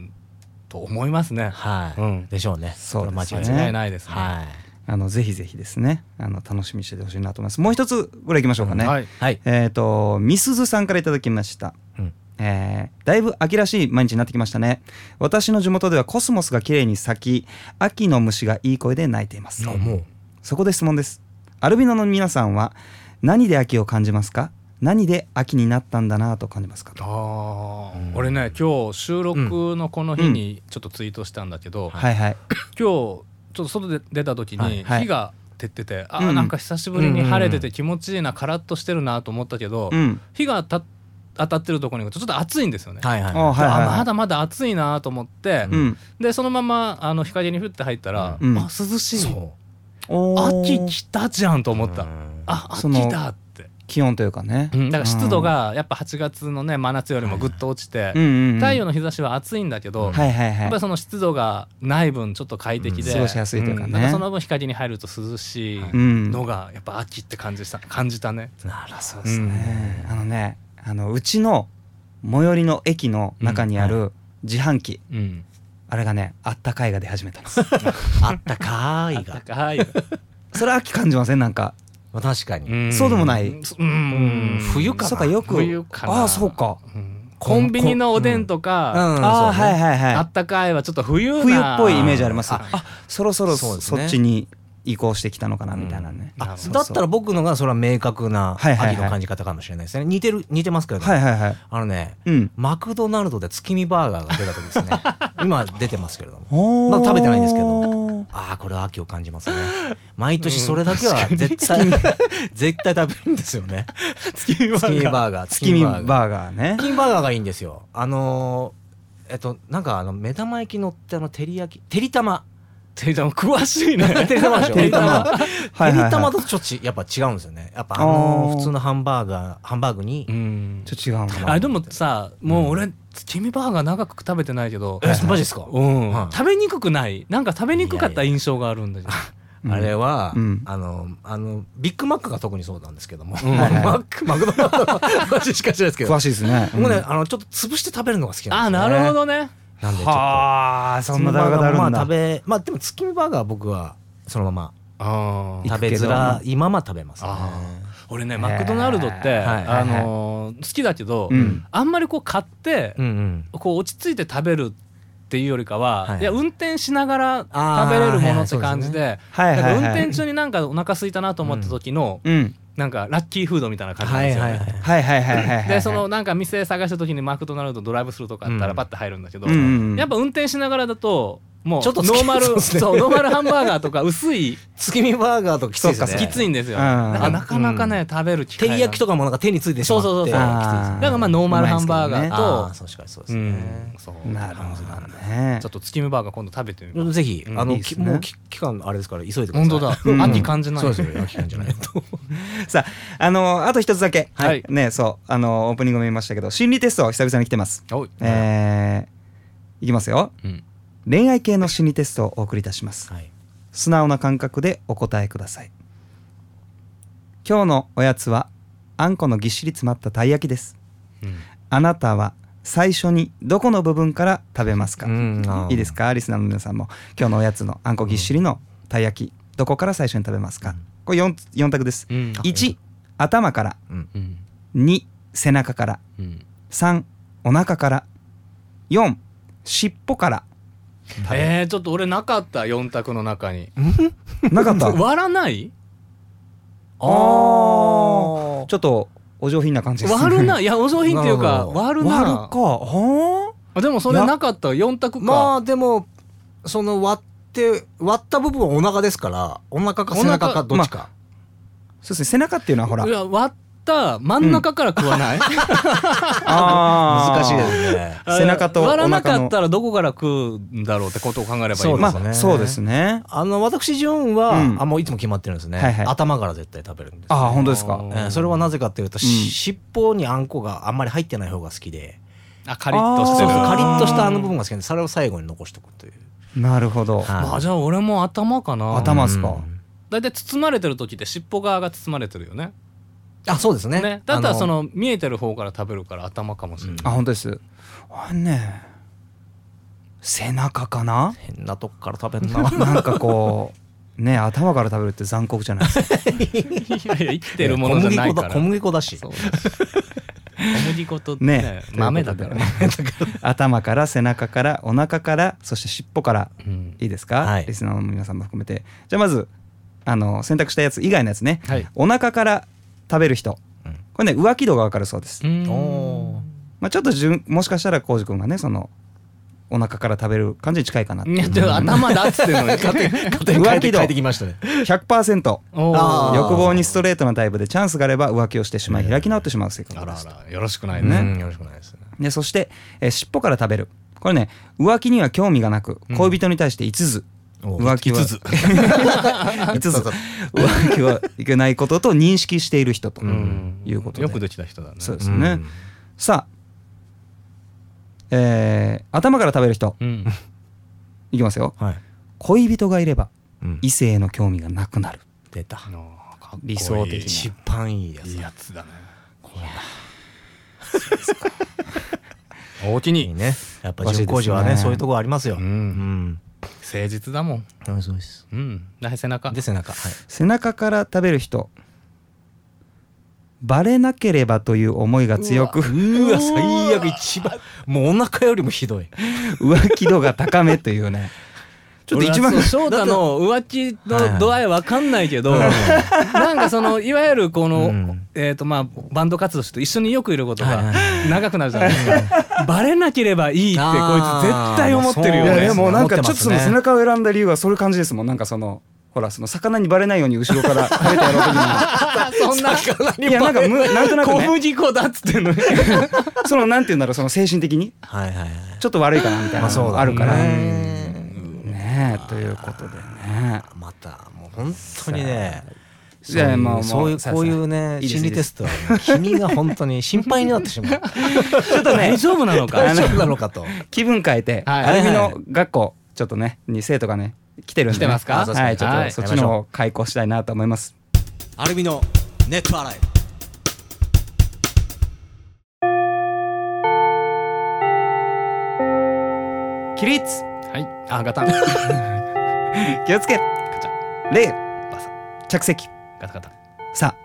Speaker 2: と思いますね、
Speaker 3: はい、
Speaker 2: うん
Speaker 3: でしょうね
Speaker 1: そうですね
Speaker 3: これ間違いない
Speaker 2: 間違いないですね。
Speaker 3: はい
Speaker 1: あのぜひぜひですねあの楽しみにしててほしいなと思いますもう一つぐらい行きましょうかね、
Speaker 2: はい
Speaker 3: はい
Speaker 1: えっ、とみすずさんからいただきました、
Speaker 3: うん
Speaker 1: えーだいぶ秋らしい毎日になってきましたね私の地元ではコスモスが綺麗に咲き秋の虫がいい声で鳴いています、
Speaker 3: あもう
Speaker 1: そこで質問ですアルビノの皆さんは何で秋を感じますか何で秋になったんだなと感じますかと
Speaker 2: あー
Speaker 3: うん
Speaker 2: 俺ね今日収録のこの日にちょっとツイートしたんだけど、
Speaker 1: はいはい
Speaker 2: 今日ちょっと外で出た時
Speaker 3: は
Speaker 2: に
Speaker 3: い
Speaker 1: はい
Speaker 2: 火が照ってて、あ
Speaker 1: うんう
Speaker 2: ー
Speaker 1: ん
Speaker 2: なんか久しぶりに晴れて
Speaker 3: う
Speaker 2: て気持ちいいなカラッとしてるなと思ったけど、
Speaker 1: うん
Speaker 2: 火がた当たってるところに行くとちょっと暑いんですよね。
Speaker 3: はいはい
Speaker 1: あはいはいはい
Speaker 2: あまだまだ暑いなと思って、
Speaker 1: うん
Speaker 2: でそのままあの日陰に降って入ったら、
Speaker 1: うん
Speaker 2: あ涼しい
Speaker 3: そう
Speaker 1: おー
Speaker 2: 秋来たじゃんと思った、
Speaker 3: うん
Speaker 2: あ
Speaker 1: その
Speaker 2: 秋だって、
Speaker 1: 気温というかね、
Speaker 2: うんだから湿度がやっぱ8月のね真夏よりもぐっと落ちて、
Speaker 1: うんうんうん
Speaker 2: 太陽の日差しは暑いんだけど、
Speaker 1: はいはい
Speaker 2: やっぱ
Speaker 1: は
Speaker 2: りその湿度がない分ちょっと快適で、
Speaker 1: い過ごしやすいというか
Speaker 2: うん
Speaker 1: ね、
Speaker 2: なんかその分日陰に入ると涼しい
Speaker 1: うん
Speaker 2: のがやっぱ秋って感じした感じたね。
Speaker 3: なるそう
Speaker 2: ですね
Speaker 1: ねあのねあのうちの最寄りの駅の中にある自販機、
Speaker 2: うん、
Speaker 1: あれがねあったかいが出始めたんです *laughs*
Speaker 3: あったかーいが
Speaker 2: 高いよ、
Speaker 1: それ秋感じませんなんか
Speaker 3: まあ確かに、
Speaker 2: ん
Speaker 1: そうでもない
Speaker 2: うんうん
Speaker 3: 冬かな
Speaker 1: そうかよく
Speaker 2: 冬かな
Speaker 1: ああそうか
Speaker 2: うんコンビニのおでんとか、
Speaker 3: うん
Speaker 1: ああ
Speaker 3: そうね
Speaker 1: はいはい
Speaker 2: あ
Speaker 1: はい
Speaker 2: ったかいはちょっと冬な
Speaker 1: 冬っぽいイメージありますあ
Speaker 2: あ
Speaker 1: そろそろ
Speaker 3: そう
Speaker 1: そ,、
Speaker 3: ですね
Speaker 1: っちに移行してきたのかなみたいなね、
Speaker 2: うん
Speaker 1: あ
Speaker 2: あ
Speaker 1: そう
Speaker 3: だ
Speaker 1: そう
Speaker 3: ったら僕のがそれは明確な
Speaker 1: はいはいはい
Speaker 3: 秋の感じ方かもしれないですね似てる似てますけど、
Speaker 1: はいはいはい
Speaker 3: あのね
Speaker 1: うん
Speaker 3: マクドナルドで月見バーガーが出た時で
Speaker 1: *laughs*
Speaker 3: すね今出てますけれども
Speaker 1: おー
Speaker 3: まあ食べてないんですけどああこれは秋を感じますね
Speaker 1: *laughs*
Speaker 3: 毎年それだけは絶対、 *laughs* 絶対食べるんですよね
Speaker 1: *laughs*
Speaker 2: 月見バ
Speaker 3: 月見
Speaker 2: ーガー
Speaker 3: バーガー
Speaker 1: 月見バー
Speaker 3: ーガー
Speaker 1: ガーね
Speaker 3: 月見バーガーがいいんですよあのーえっとなんかあの目玉焼きのってあの照り焼き照り玉
Speaker 2: てりたま詳
Speaker 1: *laughs*
Speaker 2: しいね
Speaker 3: *laughs* 照り玉でしょ
Speaker 1: てりたまはい
Speaker 3: て
Speaker 1: はい、
Speaker 3: り
Speaker 1: はい、
Speaker 3: たま
Speaker 1: ちょ
Speaker 3: とちょっとやっぱ違うんですよねやっぱあの
Speaker 1: あー
Speaker 3: 普通のハンバーガーハンバーグに
Speaker 2: うん
Speaker 1: っと違うのかな
Speaker 2: あでもさもう俺月見バーガー長く食べてないけど
Speaker 3: えマジですか
Speaker 2: うん
Speaker 3: はい
Speaker 2: 食べにくくないなんか食べにくかった印象があるんだけど
Speaker 1: うん
Speaker 3: あれは、
Speaker 1: うん
Speaker 3: あのあのビッグマックが特にそうなんですけども、
Speaker 2: ん
Speaker 3: まあマックマクドナルドの話しかしないですけど
Speaker 1: 詳しいですね
Speaker 3: 僕ね、あのちょっと潰して食べるのが好きな
Speaker 2: あ
Speaker 3: んです、ね、
Speaker 2: なるほどね
Speaker 3: なんでちょっと
Speaker 1: はあそんな
Speaker 3: 月見バ
Speaker 1: 食べ方
Speaker 3: ー
Speaker 1: あ
Speaker 3: ガーも
Speaker 1: るん
Speaker 3: まあ
Speaker 1: だ
Speaker 3: 食べまあでも月見バーガーは僕はそのまま
Speaker 2: あ
Speaker 1: 行
Speaker 3: 食
Speaker 1: く
Speaker 3: べ
Speaker 1: けど
Speaker 3: づらいまま食べますね
Speaker 2: あ俺ねマクドナルドって
Speaker 1: へ
Speaker 3: ーはいはい
Speaker 2: あのー好きだけど
Speaker 1: うん
Speaker 2: あんまりこう買って
Speaker 3: うんうん
Speaker 2: こう落ち着いて食べるっていうよりかは、
Speaker 3: はい
Speaker 2: い、や運転しながら
Speaker 3: あー
Speaker 2: 食べれるものっ
Speaker 3: はいはい
Speaker 2: て
Speaker 3: そうですね
Speaker 2: 感じで
Speaker 1: はいはいはい
Speaker 2: なんか運転中になんかお腹空いたなと思った時の、
Speaker 1: うん
Speaker 2: なんかラッキーフードみたいな感じなん
Speaker 3: は
Speaker 2: で
Speaker 3: い
Speaker 2: すよね。
Speaker 3: はいはい
Speaker 1: はいはいはいはいはい
Speaker 2: でそのなんか店探した時にマクドナルドドライブスルーとかあった
Speaker 3: う
Speaker 2: ら
Speaker 3: ん
Speaker 2: パッて入るんだけど、
Speaker 1: うんうんうん
Speaker 2: やっぱ運転しながらだともう
Speaker 3: ちょっとつ
Speaker 2: ノ
Speaker 3: け
Speaker 2: ーマル
Speaker 3: そう
Speaker 2: そう,、
Speaker 3: ですね
Speaker 2: ノーマルハンバーガーとか薄
Speaker 3: *laughs*
Speaker 2: い
Speaker 3: 月見バーガーときついです
Speaker 1: そ
Speaker 3: ね
Speaker 1: っ
Speaker 2: きついんですよ、
Speaker 1: うん
Speaker 2: なんかなかなかね、食べる機会
Speaker 3: 照
Speaker 2: が
Speaker 3: り焼きとかもなんか手についてしま
Speaker 2: そ
Speaker 3: って
Speaker 2: うそう
Speaker 1: そう
Speaker 2: そう
Speaker 3: きついです
Speaker 1: あ
Speaker 3: ね
Speaker 1: ー
Speaker 2: だからまあノーマルハンバーガー
Speaker 3: あ
Speaker 2: と
Speaker 3: ーそう確かにそうで
Speaker 2: う
Speaker 3: す
Speaker 2: ん
Speaker 3: ね、
Speaker 2: そう
Speaker 1: なるほどね
Speaker 2: ちょっと月見バーガー今度食べてみます
Speaker 3: ぜひ
Speaker 2: うん
Speaker 3: あの
Speaker 1: いいっ
Speaker 3: き
Speaker 1: すね
Speaker 3: もうき期間あれですから急いでください
Speaker 2: 本当だ、
Speaker 1: うん
Speaker 2: 秋感じない
Speaker 3: そうですよ期間じゃないと
Speaker 1: さああのあと一つだけ、
Speaker 2: はい
Speaker 1: ねそうあのオープニングも言いましたけど心理テスト久々に来てます、
Speaker 2: おい
Speaker 1: えー、いきますよ
Speaker 2: うん
Speaker 1: 恋愛系の心理テストをお送りいたします
Speaker 3: はい
Speaker 1: 素直な感覚でお答えください今日のおやつはあんこのぎっしり詰まったたい焼きです
Speaker 2: うん
Speaker 1: あなたは最初にどこの部分から食べますか、
Speaker 3: うん
Speaker 1: いいですかリスナーの皆さんも今日のおやつのあんこぎっしりのたい焼きどこから最初に食べますか、
Speaker 3: うん
Speaker 1: これ 4, 四択です、
Speaker 2: うん
Speaker 1: 1頭から
Speaker 3: うん
Speaker 2: うん
Speaker 1: 2背中から
Speaker 2: うん
Speaker 1: 3お腹から4尻尾から
Speaker 2: えー、ちょっと俺なかった4択の中に
Speaker 1: なかった
Speaker 2: 割らない
Speaker 1: あーちょっとお上品な感じですね
Speaker 2: 割
Speaker 1: *laughs*
Speaker 2: るないやお上品っていう
Speaker 3: なる
Speaker 2: か
Speaker 3: ほど
Speaker 2: 割るな
Speaker 1: 割るかは
Speaker 2: あでもそれなかった4択か、
Speaker 3: まあでもその割って割った部分はお腹ですからお腹か背中かどっちか
Speaker 1: あそうですね背中っていうのはほら
Speaker 2: いや割った真ん中から食わない、
Speaker 1: あー
Speaker 3: 難しいですね
Speaker 1: 背中とお
Speaker 2: 割
Speaker 1: 腹の
Speaker 2: らなかったらどこから食うんだろうってことを考えればいい
Speaker 3: そう
Speaker 2: の
Speaker 1: ま
Speaker 2: か
Speaker 1: あそうですね
Speaker 3: あの私ジョンは、
Speaker 1: うん
Speaker 3: あもういつも決まってるんですね、
Speaker 1: はいはい
Speaker 3: 頭から絶対食べるんです、ね、
Speaker 1: ああ本当ですか
Speaker 2: あ
Speaker 3: えーそれはなぜかというと、し
Speaker 1: うん
Speaker 3: 尻尾にあんこがあんまり入ってない方が好きで
Speaker 2: あカリッとして
Speaker 3: そう
Speaker 2: る
Speaker 1: あ
Speaker 3: そう
Speaker 1: ー
Speaker 3: カリッとしたあの部分が好きなんでそれを最後に残しとくという、
Speaker 1: なるほど
Speaker 2: まあじゃあ俺も頭かな
Speaker 1: 頭っすか
Speaker 3: うん
Speaker 2: だいたい包まれてる時って尻尾側が包まれてるよね
Speaker 3: あそうですね
Speaker 2: ねだったらそ
Speaker 3: あ
Speaker 2: の見えてる方から食べるから頭かもしれない、
Speaker 1: あ本当ですあね背中かな
Speaker 3: 変なとこから食べるな
Speaker 1: なんかこうね頭から食べるって残酷じゃないですか
Speaker 2: いやいや *laughs* 生きてるものじゃないから
Speaker 3: 小麦粉だ小麦粉だし
Speaker 2: そう小麦粉と
Speaker 1: ね
Speaker 2: *laughs* ね豆だからね、
Speaker 1: *laughs* 頭から背中からお腹からそして尻尾から
Speaker 2: うん
Speaker 1: いいですか、
Speaker 3: はい
Speaker 1: リスナーの皆さんも含めてじゃあまずあの選択したやつ以外のやつね、
Speaker 2: はい
Speaker 1: お腹から食べる人
Speaker 3: うん
Speaker 1: これね浮気度が分かるそうです、
Speaker 2: うん
Speaker 3: お
Speaker 1: まあ、ちょっとじゅんもしかしたら浩司君がねそのお腹から食べる感じに近いかなって
Speaker 2: いやでも頭だっ *laughs* つってんのに勝手に
Speaker 3: 勝手に変えて
Speaker 1: 浮気度
Speaker 3: 変えてきましたね
Speaker 1: *laughs* 100%
Speaker 2: おー
Speaker 3: あー
Speaker 1: 欲望にストレートなタイプでチャンスがあれば浮気をしてしまい開き直ってしまう性
Speaker 2: あ
Speaker 1: 格
Speaker 2: ら
Speaker 1: です
Speaker 2: あらよろしくない
Speaker 1: ね
Speaker 2: ね
Speaker 3: うんよろしくお願いですね
Speaker 1: でそして、えー尻尾から食べるこれね浮気には興味がなく
Speaker 2: うん
Speaker 1: 恋人に対して5つ、
Speaker 2: *laughs*
Speaker 3: お
Speaker 1: 浮気は
Speaker 2: 5つ
Speaker 1: 5つ浮気はいけないことと認識している人と
Speaker 2: うん
Speaker 1: いうことで、
Speaker 2: よくできた人だね
Speaker 1: そうで
Speaker 2: う
Speaker 1: すね、
Speaker 3: うん
Speaker 1: さあえー頭から食べる人
Speaker 2: ん
Speaker 1: いきますよ
Speaker 3: はい、
Speaker 1: 恋人がいれば
Speaker 3: うん
Speaker 1: 異性への興味がなくなる
Speaker 3: 出た
Speaker 2: あのかっこいい
Speaker 1: 理想的
Speaker 3: 一番いいやつ
Speaker 2: いい
Speaker 3: だ
Speaker 2: やつだね大き
Speaker 3: いい
Speaker 2: に
Speaker 3: ねやっぱ
Speaker 1: おかしいですね
Speaker 3: 人工事はねそういうところありますよ
Speaker 2: うん
Speaker 3: ん、
Speaker 2: 誠実だもん
Speaker 3: うん、そうです
Speaker 2: うんだ背中
Speaker 3: で背中はい
Speaker 1: 背中から食べる人バレなければという思いが強く
Speaker 3: うわ最悪一番もうお腹よりもひどい
Speaker 1: *laughs* 浮気度が高めという *laughs* ねちょっと一番 *laughs*
Speaker 2: 俺はそう翔太の浮気の度合いわかんないけど、なんかそのいわゆるこの、
Speaker 3: うん
Speaker 2: えっ、とまあバンド活動して一緒によくいること
Speaker 3: はいは
Speaker 2: が
Speaker 3: いは
Speaker 2: 長くなるじゃないですか。バレなければいいってこいつ絶対思ってるよ
Speaker 1: い
Speaker 3: あー
Speaker 1: や
Speaker 2: ね
Speaker 1: で。もなんかちょっとその
Speaker 3: 持ってます
Speaker 1: 背
Speaker 3: ね
Speaker 1: 中を選んだ理由はそういう感じですもんなんかそのほらその魚にバレないように後ろから食べてやろうとき
Speaker 2: *laughs* そんな
Speaker 1: に *laughs* いやなんかむなんとなく
Speaker 2: 小
Speaker 1: ね
Speaker 2: 麦粉だっつってんのに。
Speaker 1: *laughs* そのなんて言うんだろうその精神的に
Speaker 3: はいはいはい
Speaker 1: ちょっと悪いかなみたいな
Speaker 3: まあそ
Speaker 1: の
Speaker 3: う
Speaker 1: が
Speaker 3: だね
Speaker 1: あるから
Speaker 3: うん
Speaker 1: ねえということでね
Speaker 3: またもう本当にね
Speaker 1: じゃあもう
Speaker 3: そうい
Speaker 1: も
Speaker 3: う
Speaker 1: う
Speaker 3: こういうね
Speaker 1: いいです
Speaker 3: 心理テストはもう君が本当に心配になってしまう
Speaker 1: *laughs* ちょっとね
Speaker 2: 大丈夫なのか
Speaker 3: 大。丈夫なのかと
Speaker 1: 気分変えて
Speaker 2: はい
Speaker 1: アルミの学校ちょっとねに生徒がね来てるんでね
Speaker 2: 来てますか
Speaker 1: はいちょっ
Speaker 2: は
Speaker 1: と
Speaker 2: い
Speaker 1: そっちの方を開講したいなと思います
Speaker 3: アルミのネット洗い
Speaker 1: 起立
Speaker 2: はい。あガタン。
Speaker 1: 気をつけ
Speaker 2: ガチャ
Speaker 1: 礼
Speaker 2: バサ
Speaker 1: 着席
Speaker 2: ガタガタ。
Speaker 1: さあ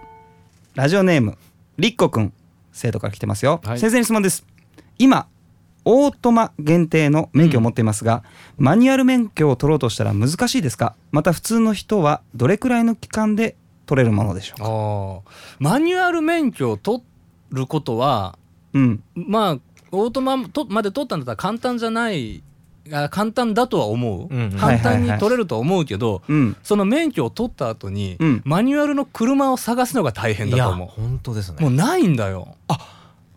Speaker 1: ラジオネームりっこくん生徒から来てますよ、
Speaker 2: はい
Speaker 1: 先生に質問です今オートマ限定の免許を持っていますが、マニュアル免許を取ろうとしたら難しいですかまた普通の人はどれくらいの期間で取れるものでしょう
Speaker 2: あ
Speaker 1: か
Speaker 2: ーマニュアル免許を取ることは
Speaker 1: うん
Speaker 2: まあオートマとまで取ったんだったら簡単じゃないあ簡単だとは思う、
Speaker 3: うんうん
Speaker 1: はい
Speaker 2: 簡単
Speaker 1: はいは
Speaker 2: に
Speaker 1: い
Speaker 2: 取れるとは思うけど、
Speaker 1: うん
Speaker 2: その免許を取った後に、
Speaker 1: うん
Speaker 2: マニュアルの車を探すのが大変
Speaker 3: い
Speaker 2: だ
Speaker 3: や
Speaker 2: と思
Speaker 3: 本当です
Speaker 2: うもう
Speaker 3: ね
Speaker 2: ないんだよ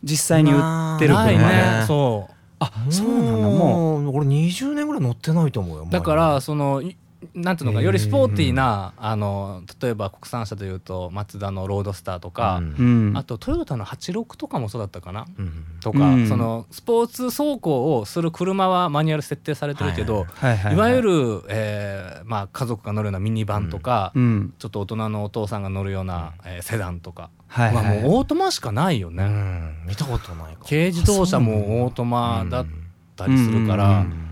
Speaker 1: 実際に売ってる
Speaker 2: ない
Speaker 1: 車
Speaker 2: ね
Speaker 1: ね
Speaker 2: そう
Speaker 1: あそうなんだも
Speaker 3: もう俺20年ぐらい乗ってないと思うよ
Speaker 2: だからそのいなんていうのかよりスポーティーな、あの例えば国産車でいうとマツダのロードスターとか、
Speaker 1: ううん
Speaker 2: あとトヨタの86とかもそうだったかなとか、
Speaker 1: うん
Speaker 2: そのスポーツ走行をする車はマニュアル設定されてるけど、
Speaker 3: は
Speaker 1: は
Speaker 2: い
Speaker 3: い
Speaker 1: いはい
Speaker 2: わゆ
Speaker 1: る
Speaker 2: る、えーまあ、家族が乗るようなミニバンとか、
Speaker 1: うん
Speaker 2: ちょっと大人のお父さんが乗るような、えーセダンとか
Speaker 1: はい
Speaker 2: は
Speaker 1: はい
Speaker 2: もうオートマしかないよね、
Speaker 3: うん見たことないか
Speaker 2: 軽自動車もオートマだったりするから、うん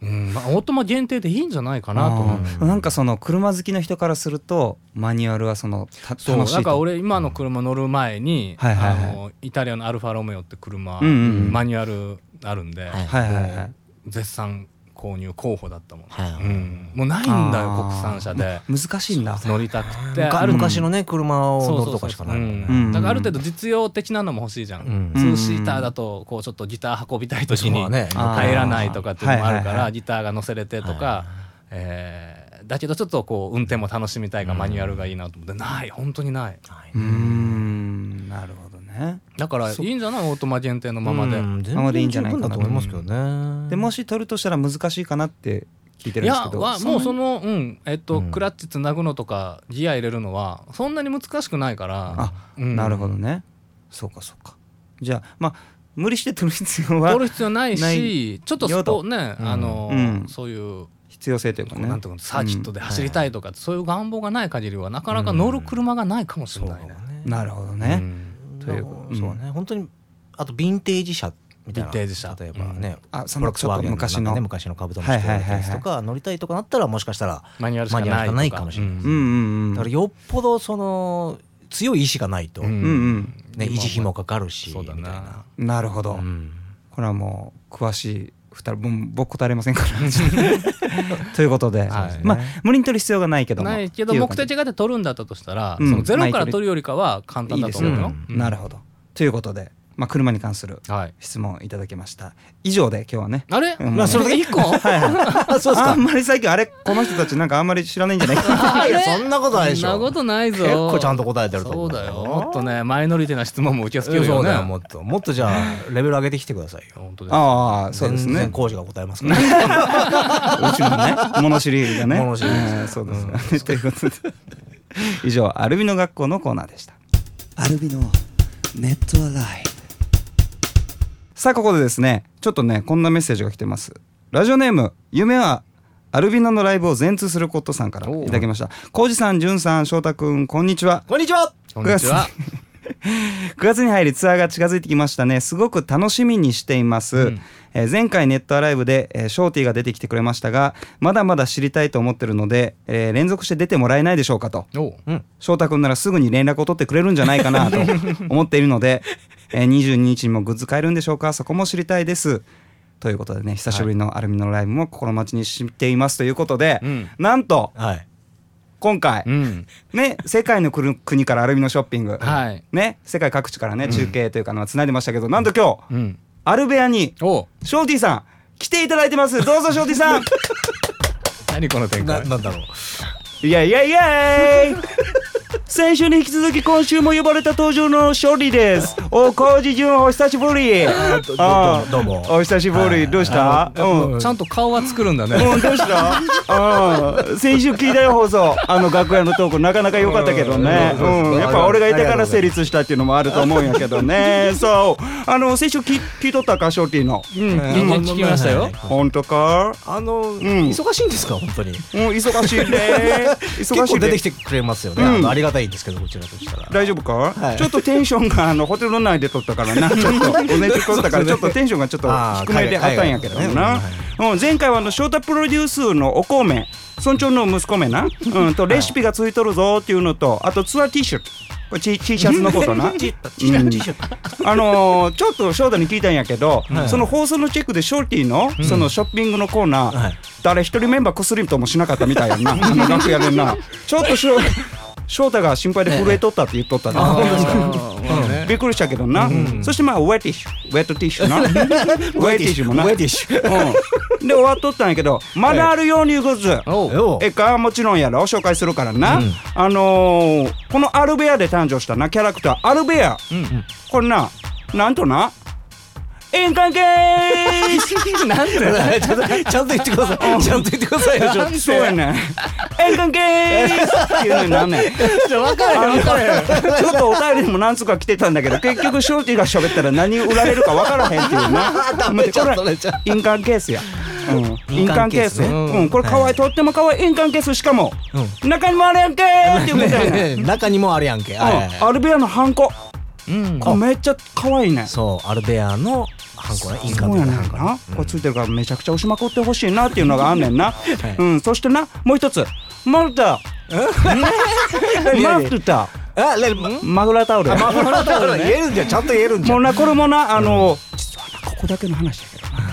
Speaker 2: まあ、オートマ限定でいいんじゃないかなと思う
Speaker 1: あーなんかその車好きの人からするとマニュアルはそのた楽しい
Speaker 2: そう
Speaker 1: と
Speaker 2: なんか俺今の車乗る前に、
Speaker 1: はいはいはい
Speaker 2: あのイタリアのアルファロメオって車、
Speaker 1: うんうんうん
Speaker 2: マニュアルあるんで、
Speaker 3: はい
Speaker 1: はいはいはい
Speaker 2: 絶賛購入候補だったもん、
Speaker 3: はいはい
Speaker 2: うんもうないんだよ
Speaker 1: あー
Speaker 2: 国産車で
Speaker 1: 難しいんだ
Speaker 2: 乗りたくて
Speaker 3: 昔
Speaker 1: る
Speaker 3: 昔のね車を
Speaker 2: そう
Speaker 3: 乗
Speaker 2: そ
Speaker 3: る
Speaker 2: う
Speaker 3: とかしかないもん
Speaker 2: そう
Speaker 1: うん
Speaker 3: ね
Speaker 2: んだからある程度実用的なのも欲しいじゃん、
Speaker 3: うん
Speaker 2: ツーシーターだとこうちょっとギター運びたい時に
Speaker 3: そうだね
Speaker 2: 入らないとかっていうのもある
Speaker 1: は
Speaker 2: か
Speaker 1: いはいは
Speaker 2: らギターが乗せれてと
Speaker 3: は
Speaker 2: か、えーだけどちょっとこう運転も楽しみたいがマニュアルがいいなと思ってない本当にない
Speaker 3: はいう
Speaker 1: ーんなるほどね
Speaker 2: だからいいんじゃないオートマ限定のままで。
Speaker 3: うん全
Speaker 1: ままでいいん
Speaker 3: 然
Speaker 1: じゃ
Speaker 3: 十
Speaker 1: ないかな
Speaker 3: 分だと思いますけどね
Speaker 1: でもし取るとしたら難しいかなって聞いてる
Speaker 2: い
Speaker 1: んです
Speaker 2: や
Speaker 1: けど
Speaker 2: は
Speaker 1: ん
Speaker 2: もう
Speaker 1: な
Speaker 2: そのうんえっと、
Speaker 3: うん
Speaker 2: クラッチつなぐのとかギア入れるのはそんなに難しくないから
Speaker 1: あ、
Speaker 2: うん
Speaker 1: なるほどねそうかそうかじゃあまあ無理して取る必要
Speaker 2: 取
Speaker 1: は
Speaker 2: る必要ないし
Speaker 1: ない
Speaker 2: ちょっと
Speaker 1: よ
Speaker 2: ス
Speaker 1: と
Speaker 2: ポね、
Speaker 3: うん
Speaker 2: あの、
Speaker 1: うん
Speaker 2: そういう
Speaker 1: 必要性というかね
Speaker 2: なんていうのサーキットで走りたいとか、そういう願望がない限りはなかなか乗る車がないかもし
Speaker 3: そ
Speaker 2: れ
Speaker 3: うか
Speaker 2: ないね。
Speaker 3: も
Speaker 1: う
Speaker 3: ね
Speaker 1: んなるほど
Speaker 2: う
Speaker 1: ね
Speaker 2: ん
Speaker 1: という
Speaker 3: なんか
Speaker 1: うん
Speaker 3: そうね本当にあとヴィンテージ車みたいな
Speaker 2: ヴィンテージ車
Speaker 3: 例えばね、
Speaker 1: あその
Speaker 3: フォルク
Speaker 1: ち
Speaker 3: ス
Speaker 1: ょっ
Speaker 3: ワー
Speaker 1: と
Speaker 3: ゲンの
Speaker 1: 昔
Speaker 3: 昔
Speaker 1: の
Speaker 3: のね昔のカブトムシとか
Speaker 1: はいはい
Speaker 3: やつ
Speaker 1: はいはい
Speaker 3: とか乗りたいとかなったらもしかしたら
Speaker 2: マニュアルしかないとか
Speaker 3: マニュアルしかないかもしれない
Speaker 1: うんうんうん
Speaker 3: だからよっぽどその強い意志がないと、
Speaker 2: うん
Speaker 1: うんうん
Speaker 3: ね維持費もかかるし
Speaker 2: そうだ
Speaker 3: みたいな
Speaker 2: な。
Speaker 1: なるほど、
Speaker 3: うん
Speaker 1: これはもう詳しい2人もう僕答えれま
Speaker 2: *laughs*
Speaker 1: せんからということで、
Speaker 2: はい
Speaker 1: まあ無理に取る必要がないけども
Speaker 2: ないけど
Speaker 1: っていう
Speaker 2: 目
Speaker 1: 感じ
Speaker 2: 的があって取るんだったとしたら、
Speaker 1: うん
Speaker 2: そのゼロから取るよりかは簡単
Speaker 1: いい
Speaker 2: だ
Speaker 1: で
Speaker 2: と
Speaker 1: す
Speaker 2: 思う
Speaker 1: ね
Speaker 2: よ。
Speaker 3: う
Speaker 1: なるほどということで、まあ、車に関する
Speaker 2: ど。はい。
Speaker 1: 質問いただきました以上で今日はね
Speaker 2: あれ？
Speaker 1: うん
Speaker 2: まあそれだけ一個？
Speaker 1: はいはい
Speaker 3: あ *laughs* そうです
Speaker 1: あ
Speaker 3: か
Speaker 1: んまり最近あれこの人たちなんかあんまり知らないんじゃないか
Speaker 3: あいやそんなことないでしょ
Speaker 2: そんなことないぞ。
Speaker 3: 結構ちゃんと答えてると
Speaker 2: そ
Speaker 3: 思
Speaker 2: う
Speaker 3: う
Speaker 2: だよ。もっとねマイノリティな質問も受け
Speaker 3: そ
Speaker 2: 付けるよ
Speaker 3: う
Speaker 2: ね。
Speaker 3: だよもっともっとじゃあレベル上げてきてくださいよ
Speaker 2: 本当です。
Speaker 1: ああそうです
Speaker 3: 全
Speaker 1: ね
Speaker 3: 然講師が答えますから
Speaker 1: うちのね物知りがね
Speaker 3: 物知りです
Speaker 1: えーそうですよね、 *laughs* ということで以上アルビノ学校のコーナーでしたアルビノネットアライさあここでですねちょっとねこんなメッセージが来てますラジオネーム夢はアルビノのライブを全通することさんからいただきました浩二さんじゅんさん翔太くんこんにちは
Speaker 3: こんにちは
Speaker 2: こんにち
Speaker 1: *laughs*
Speaker 2: は。
Speaker 1: 9月に入りツアーが近づいてきましたねすごく楽しみにしています、
Speaker 2: うん
Speaker 1: えー前回ネットアライブで、えーショーティーが出てきてくれましたがまだまだ知りたいと思ってるので、えー連続して出てもらえないでしょうかと
Speaker 2: おう。
Speaker 1: 翔太君ならすぐに連絡を取ってくれるんじゃないかなと
Speaker 2: *laughs*
Speaker 1: 思っているので、えー22日にもグッズ買えるんでしょうかそこも知りたいですということでね久しぶりのアルミのライブも心待ちにしていますということで、
Speaker 2: うん
Speaker 1: なんと
Speaker 3: はい
Speaker 1: 今回
Speaker 2: うん。
Speaker 1: ね、世界の国国からアルミのショッピング、
Speaker 2: はい
Speaker 1: ね、世界各地からね中継というかのつないでましたけど、なんと今日、
Speaker 2: うん。
Speaker 1: アル部屋に
Speaker 2: おう。
Speaker 1: ショーティーさん来ていただいてますどうぞショーティーさん
Speaker 2: 何この展
Speaker 3: な
Speaker 2: 開。
Speaker 3: なんだろう
Speaker 1: いやいやいやい先週に引き続き今週も呼ばれた登場のショーティーですおこうじじゅんお久しぶり
Speaker 3: ど
Speaker 1: あー
Speaker 3: どうも
Speaker 1: お久しぶりどうしたうん
Speaker 2: ちゃんと顔は作るんだね。
Speaker 1: うん、どうしたうん先週聞いたよ放送あの楽屋のトークなかなか良かったけどね
Speaker 3: うんうん
Speaker 1: うんやっぱ俺がいたから成立したっていうのもあると思うんやけどねそうあの先週聞聞いとったかショーティーの
Speaker 2: うん。聞き聞きましたよ。
Speaker 1: 本当か
Speaker 3: あの、忙しいんですか本当に
Speaker 1: うん忙しいね
Speaker 3: *laughs* 結
Speaker 1: 忙し
Speaker 3: 構
Speaker 1: い
Speaker 3: 出
Speaker 1: ね
Speaker 3: てきてくれますよね、あのありがたいんですけどこちらとしたら
Speaker 1: 大丈夫か、
Speaker 3: はい
Speaker 1: ちょっとテンションがあのホテル内で撮った
Speaker 3: *laughs*
Speaker 1: からなちょっとお寝て撮ったからちょっとテンションがちょっと
Speaker 3: あー
Speaker 1: 低めであったんやけど
Speaker 3: 海
Speaker 1: な
Speaker 3: 外、
Speaker 1: うん、前回はあの翔太プロデュースのおこめ村長の息子めな、うん、とレシピがついとるぞっていうのとあとツアー T シャツこれ T, T シャツのことな
Speaker 3: T シャツ T シャツ
Speaker 1: あのーちょっと翔太に聞いたんやけど、
Speaker 3: はい
Speaker 1: その放送のチェックでショーティーのそのショッピングのコーナー、
Speaker 3: はい
Speaker 1: 誰一人メンバーこすりともしなかったみたいやん
Speaker 3: *laughs*
Speaker 1: な楽やねんなちょっと翔翔太が心配で震えとったって言っとったで、
Speaker 2: あーもう
Speaker 1: び
Speaker 2: ね
Speaker 1: っくりしたけどな、そしてまあウェティッシュウェットティッシュ
Speaker 3: *laughs*
Speaker 1: なウェティッシュもな
Speaker 3: ウェディッシュ
Speaker 1: うん、で終わっとったんやけどまだあるように言うことず、
Speaker 2: おう
Speaker 3: おう
Speaker 1: えかもちろんやろ紹介するからな、
Speaker 3: うん
Speaker 1: あのーこのアルベアで誕生したなキャラクターアルベア、
Speaker 2: ん
Speaker 1: これななんとな円関係
Speaker 3: *laughs*
Speaker 2: なんて
Speaker 3: ちゃんとちゃんと言ってくださいちゃんと言ってくださいよちょっと
Speaker 1: そうやねん円関係っていうのになんねん
Speaker 2: 分かる分かる
Speaker 1: ちょっとお便りでも何つか来てたんだけど結局ショーティが喋ったら何売られるか分からへんっていうな
Speaker 3: *laughs* ダメちょっとねちょっと
Speaker 1: 印鑑ケースや、うん、印
Speaker 3: 印
Speaker 1: 鑑
Speaker 3: 鑑
Speaker 1: ケ
Speaker 3: ケ
Speaker 1: ー
Speaker 3: ー
Speaker 1: ス
Speaker 3: ス
Speaker 1: ね
Speaker 3: ね
Speaker 1: うん、これ可愛い、とっても可愛い印鑑ケースしかも、中にもあるやんけーって言うこと
Speaker 3: *laughs*
Speaker 1: やねん
Speaker 3: ね中にもあるやんけはいはい
Speaker 1: うん、
Speaker 3: は
Speaker 1: アルベアのハンコ
Speaker 2: うん
Speaker 1: これめっちゃ可愛いね
Speaker 3: いそうアルベアのハンコねインカ
Speaker 1: そ
Speaker 3: ム
Speaker 1: う
Speaker 3: の
Speaker 1: やねん
Speaker 3: ハンコね
Speaker 1: な、これついてるからめちゃくちゃ押しまくってほしいなっていうのがあんねんな、うん、そしてなもう一つマルタ *laughs* マルタ
Speaker 3: あれマ
Speaker 1: マフラータオル
Speaker 3: フラータオ
Speaker 1: *laughs*
Speaker 3: ルね言えるんじゃんちゃんと言えるんじゃ
Speaker 1: も
Speaker 3: ん
Speaker 1: うなこれもなあの、実はなここだけの話だけどな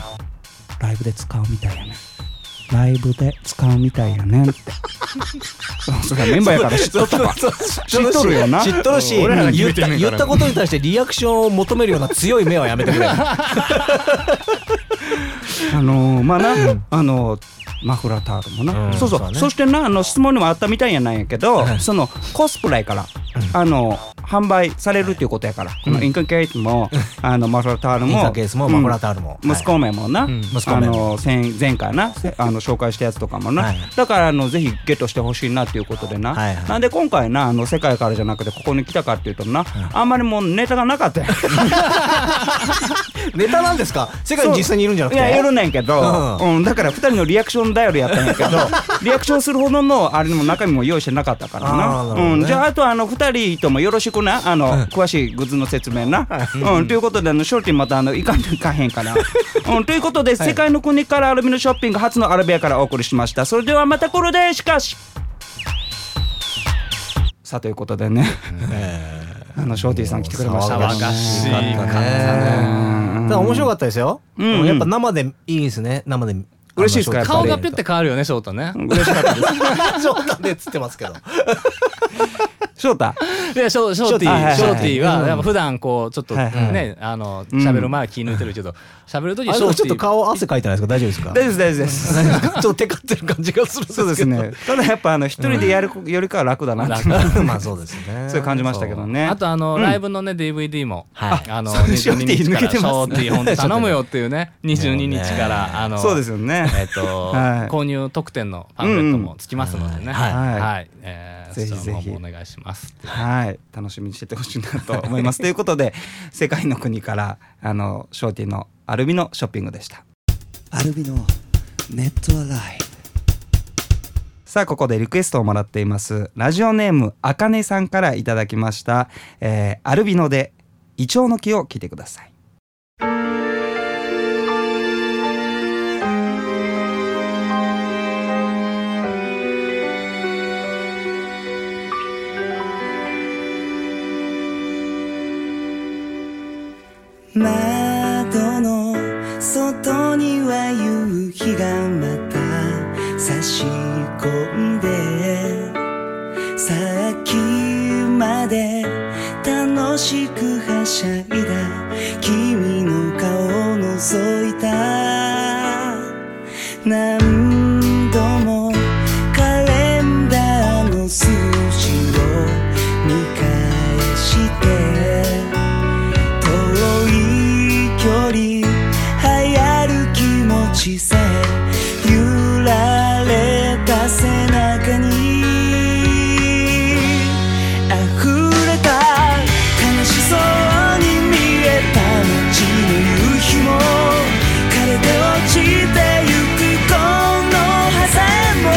Speaker 1: ライブで使うみたいやねライブで使うみたいや
Speaker 3: *laughs*
Speaker 1: ねんってそれはメンバーやから知っとったか
Speaker 3: そう
Speaker 1: 知っとるよな
Speaker 3: 知っとるし
Speaker 2: 俺らが決
Speaker 3: 言
Speaker 2: め
Speaker 3: って
Speaker 2: ん
Speaker 3: た
Speaker 2: ねん
Speaker 3: 言
Speaker 2: から
Speaker 3: ったことに対してリアクションを求めるような強い目はやめてくれ
Speaker 1: あのーまあな、あのーマフラータオルもな、
Speaker 3: うん
Speaker 1: そうそう
Speaker 3: そ
Speaker 1: そう
Speaker 3: ね
Speaker 1: してなあの質問にもあったみたいやなんやけど、
Speaker 3: はい
Speaker 1: そのコスプレから、あのー販売されるっていうことやから、このインカケースも、あのマフラータオル
Speaker 3: イン
Speaker 1: も
Speaker 3: カケースもマフラータオルも
Speaker 1: 息子名もな、
Speaker 2: ん
Speaker 3: 息子
Speaker 1: あ
Speaker 3: 名
Speaker 1: の先前回なせあの紹介したやつとかもな、
Speaker 3: はい
Speaker 1: だからあのぜひゲットしてほしいなっていうことでな、
Speaker 3: はいはい
Speaker 1: なんで今回なあの世界からじゃなくてここに来たかっていうとな、あんまりもうネタがなかったよ
Speaker 3: ネタなんですか世界に実際にいるんじゃなく
Speaker 1: い
Speaker 3: て
Speaker 1: やいるねんけど、う
Speaker 3: うん
Speaker 1: だから2人のリアクションダイヤルやったんや
Speaker 3: *laughs*
Speaker 1: けどリアクションするほどのあれも中身も用意してなかったからな
Speaker 3: あーなるほどね
Speaker 1: うん、じゃああとあの2人ともよろしくなあの、詳しいグッズの説明な、うん、ということであのショーティンまたあのいかんといかへんから
Speaker 3: *laughs*
Speaker 1: うん、ということで、世界の国からアルミのショッピング初のアルベアからお送りしましたそれではまたこれでしかしさあということでね *laughs* あのショーティーさん来てくれました
Speaker 2: 騒がしい
Speaker 1: ね
Speaker 2: かった
Speaker 1: ね
Speaker 3: ただ面白かったですよ
Speaker 1: んうん
Speaker 3: やっぱ生でいいですね生で
Speaker 1: 嬉しいですかやっぱり
Speaker 2: 顔がピュって変わるよね翔太ね
Speaker 1: 嬉しかったです
Speaker 3: *laughs* そうなんでっつってますけど
Speaker 1: 翔太
Speaker 2: でショショーティ
Speaker 1: はいはいは
Speaker 2: ー
Speaker 1: い
Speaker 2: ショーティーはやっぱ普段こうちょっと
Speaker 1: はいは
Speaker 2: ねあの喋る前は気抜いてるけど喋る時
Speaker 3: あ
Speaker 2: シ
Speaker 3: れ
Speaker 2: ョー
Speaker 3: ちょ
Speaker 2: テ
Speaker 3: っと
Speaker 2: ィー
Speaker 3: 顔汗かいてないですか大丈夫ですか
Speaker 1: 大丈夫です大丈夫です
Speaker 3: 大丈夫ですかちょっとテカってる感じがするんけど
Speaker 1: そうですね *laughs* ただやっぱあの一人でやるよりかは楽だなっていう
Speaker 3: *laughs* まあそうですね
Speaker 1: そう感じましたけどね
Speaker 2: あとあのライブのね DVD も
Speaker 3: はい
Speaker 2: あの
Speaker 1: そうショー
Speaker 2: 22
Speaker 1: ティー
Speaker 2: 日
Speaker 1: 抜
Speaker 2: か
Speaker 1: け
Speaker 2: ら
Speaker 1: て
Speaker 2: ショ
Speaker 1: ます
Speaker 2: ー
Speaker 1: ね
Speaker 2: ティー本当頼むよっていうね22日か
Speaker 3: もうね
Speaker 2: らあの
Speaker 1: そうですよね
Speaker 2: えっと
Speaker 1: *laughs* はい
Speaker 2: 購入特典のパンフレットもつきますのでね
Speaker 3: はい
Speaker 1: はい
Speaker 2: はいえー
Speaker 1: ぜひぜひ
Speaker 2: そちらの方もお願いします
Speaker 1: はい楽しみにしててほしいなと思いますということ *laughs* で世界の国からあのショーティーのアルビのショッピングでしたアルビのネットアライさあここでリクエストをもらっていますラジオネームあかねさんからいただきました、えーアルビノでイチョウの木を聞いてください
Speaker 4: 窓の外には夕日がまた差し込んでさっきまで楽しくはしゃいだ君の顔を覗いた何度もカレンダーの数字を見返して遠い距離流行る気持ちさえ揺られた背中に溢れた悲しそうに見えた街の夕日も枯れて落ちてゆくこの葉さえも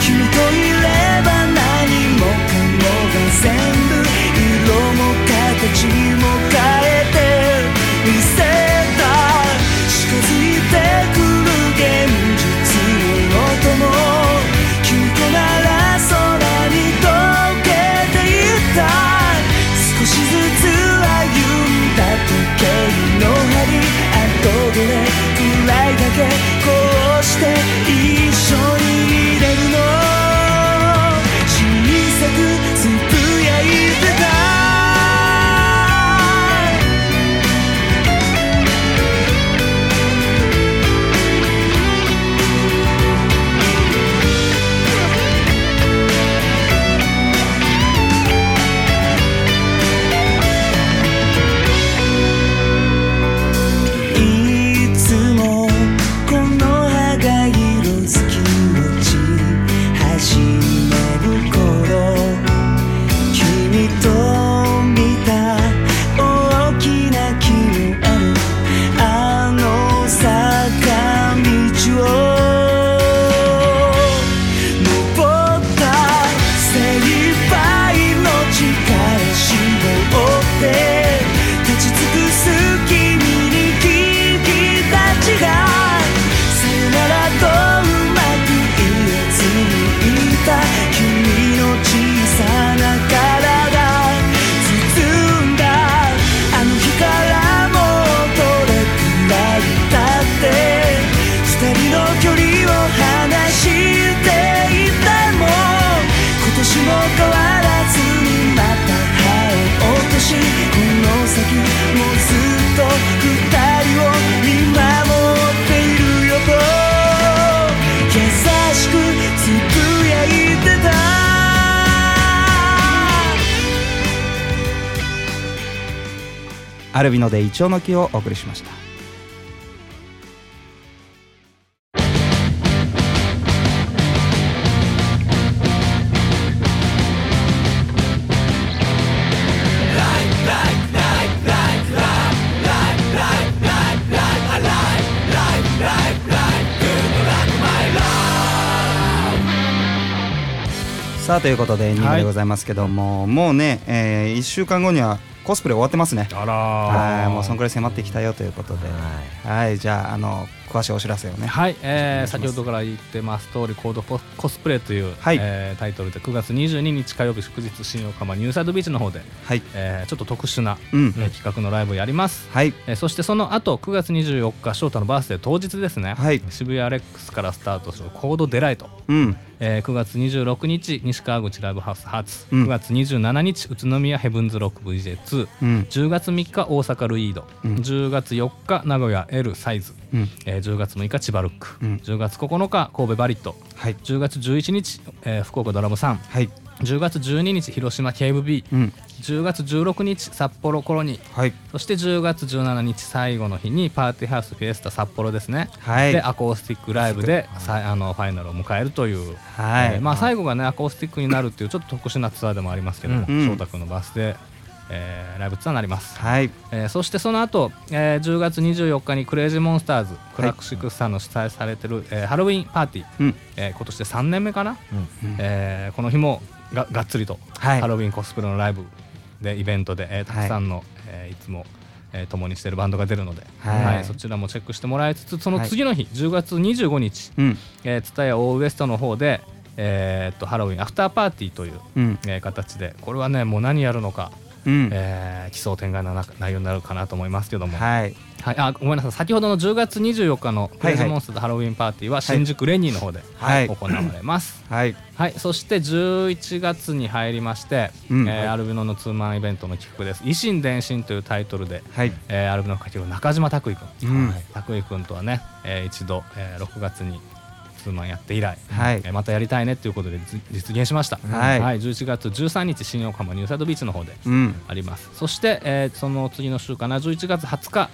Speaker 4: 君といれば何もかもが全部色も形も変えてみせた近づいてくる現実の音も君となら空に溶けていった
Speaker 1: アルビノでイチョウの木をお送りしましたさあということでエンディングでございますけども、もうね、え1週間後にはコスプレ終わってますね
Speaker 2: あ
Speaker 1: は
Speaker 2: ら
Speaker 1: いもうそんくらい迫ってきたよということではいじゃああの詳しいお知らせをね
Speaker 2: はい、え
Speaker 1: お願いし
Speaker 2: ー
Speaker 1: ます
Speaker 2: 先ほどから言ってます通り「コードココスプレ」という、
Speaker 1: はい
Speaker 2: えータイトルで9月22日火曜日祝日新横浜ニューサイドビーチの方で、
Speaker 1: はい
Speaker 2: えーちょっと特殊な、
Speaker 1: うん
Speaker 2: えー企画のライブをやります、
Speaker 1: はい
Speaker 2: えーそしてその後9月24日翔太のバースデー当日ですね、
Speaker 1: はい
Speaker 2: 渋谷アレックスからスタートする「コードデライト」
Speaker 1: うん
Speaker 2: えー9月26日西川口ライブハウス初、
Speaker 1: うん
Speaker 2: 9月27日宇都宮ヘブンズロック VJ210、
Speaker 1: うん
Speaker 2: 月3日大阪ルイード、
Speaker 1: うん
Speaker 2: 10月4日名古屋 L サイズ、
Speaker 1: うん
Speaker 2: えー10月6日千葉ルック、
Speaker 1: うん
Speaker 2: 10月9日神戸バリット
Speaker 1: はい
Speaker 2: 10月11日、えー福岡ドラム3
Speaker 1: はい
Speaker 2: 10月12日広島 KVB10、
Speaker 1: うん
Speaker 2: 月16日札幌コロニー
Speaker 1: はい
Speaker 2: そして10月17日最後の日にパーティーハウスフィエスタ札幌ですね、
Speaker 1: はい
Speaker 2: でアコースティックライブでさいあのファイナルを迎えるという、
Speaker 1: はい
Speaker 2: えーまあ、最後がねアコースティックになるっていうちょっと特殊なツアーでもありますけども、
Speaker 1: うん
Speaker 2: 翔太君のバースで、えーライブツアーになります、
Speaker 1: はい
Speaker 2: えーそしてその後、えー10月24日にクレイジーモンスターズクラクシックさんの主催されてる、えーハロウィンパーティー、
Speaker 1: うん
Speaker 2: えー今年で3年目かな、
Speaker 1: うん
Speaker 2: えーこの日もががっつりと、
Speaker 1: はい
Speaker 2: ハロウィンコスプレのライブでイベントで、えーたくさんの、いえーいつも、えー共にしてるバンドが出るので、
Speaker 1: はい
Speaker 2: そちらもチェックしてもらいつつその次の日、10月25日
Speaker 1: うん
Speaker 2: えー蔦屋、オーウエストの方で、えーっとハロウィンアフターパーティーという、
Speaker 1: うん
Speaker 2: えー形でこれはねもう何やるのか
Speaker 1: うん
Speaker 2: えー奇想天外な中内容になるかなと思いますけども、はい
Speaker 1: はい
Speaker 2: あごめんなさい先ほどの10月24日の「クレイジ
Speaker 1: はいは
Speaker 2: ー
Speaker 1: い
Speaker 2: モンスターズハロウィンパーティー」は新宿レニーの方で
Speaker 1: はい
Speaker 2: 行われます。
Speaker 1: はい
Speaker 2: はい、そして11月に入りまして、
Speaker 1: うん
Speaker 2: えー
Speaker 1: はい
Speaker 2: アルビノのツーマンイベントの企画です「維新伝心」というタイトルで、
Speaker 1: はい
Speaker 2: えーアルビノの書きの中島拓衣君、
Speaker 1: うん
Speaker 2: はい拓衣君とはね、えー一度、えー6月にツーマンやって以来、
Speaker 1: はい
Speaker 2: えーまたやりたいねということで実実現しました、
Speaker 1: はい
Speaker 2: 11月13日新横浜ニューサイドビーチの方で、
Speaker 1: うん
Speaker 2: ありますそして、えーその次の週かな11月20日、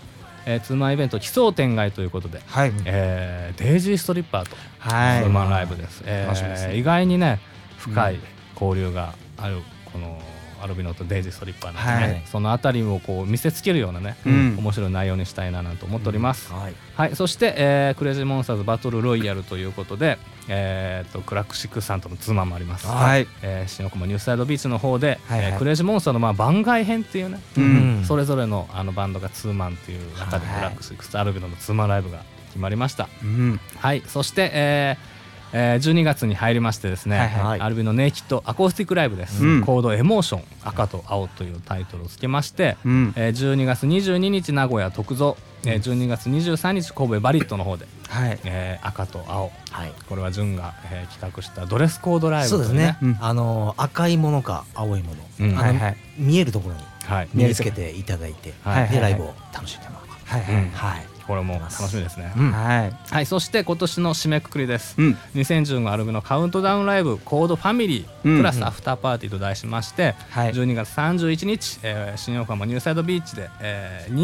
Speaker 2: えー、ツーマンイベント奇想天外ということで、
Speaker 1: はい
Speaker 2: えーデイジーストリッパーとツ
Speaker 1: はい
Speaker 2: ーマンライブです,、えー
Speaker 1: 楽しみですね
Speaker 2: 意外にね深い交流がある、このアルビノとデイジーストリッパーなんでね、
Speaker 1: はい
Speaker 2: その辺りをこう見せつけるようなね、
Speaker 1: うん
Speaker 2: 面白い内容にしたいななんて思っております、
Speaker 3: はい
Speaker 2: はい、そして、えークレイジーモンスターズバトルロイヤルということで、えー、とクラクシックさんとのツーマンもあります、
Speaker 1: はい
Speaker 2: えー、新横浜ニュースサイドビーチの方で、
Speaker 1: はいはい
Speaker 2: えークレイジーモンスターのまあ番外編っていうね、
Speaker 1: うん
Speaker 2: それぞれのあのバンドがツーマンっていう中で、
Speaker 1: はい
Speaker 2: クラクシックスとアルビノのツーマンライブが決まりました、
Speaker 1: うん
Speaker 2: はい、そして、えーえー12月に入りましてですね、
Speaker 1: はい
Speaker 3: はい
Speaker 2: アルビノネイキッドアコースティックライブです、
Speaker 1: うん
Speaker 2: コードエモーション赤と青というタイトルをつけまして、
Speaker 1: うん
Speaker 2: えー12月22日名古屋徳造、えー12月23日神戸バリットの方で、
Speaker 1: はい
Speaker 2: えー赤と青
Speaker 3: はい
Speaker 2: これは潤が、えー企画したドレスコードライブ
Speaker 3: そうですね、
Speaker 1: うん
Speaker 3: あの赤いものか青いもの、
Speaker 2: うん
Speaker 3: あの
Speaker 1: はいはい
Speaker 3: 見えるところに
Speaker 2: はい、
Speaker 3: 見えつけていただいて、
Speaker 2: はい
Speaker 1: はい
Speaker 3: でライブを楽しんでもらう
Speaker 1: はいは
Speaker 2: う
Speaker 1: い
Speaker 2: ん
Speaker 3: はい、
Speaker 2: これも楽しみですね、
Speaker 3: うん
Speaker 1: はい
Speaker 2: はいそして今年の締めくくりです、
Speaker 1: うん
Speaker 2: 2015アルバムのカウントダウンライブ「コードファミリー」
Speaker 1: うん
Speaker 2: プラスアフターパーティーと題しまして、
Speaker 1: はい
Speaker 2: 12月31日、えー新横浜ニューサイドビーチで、えー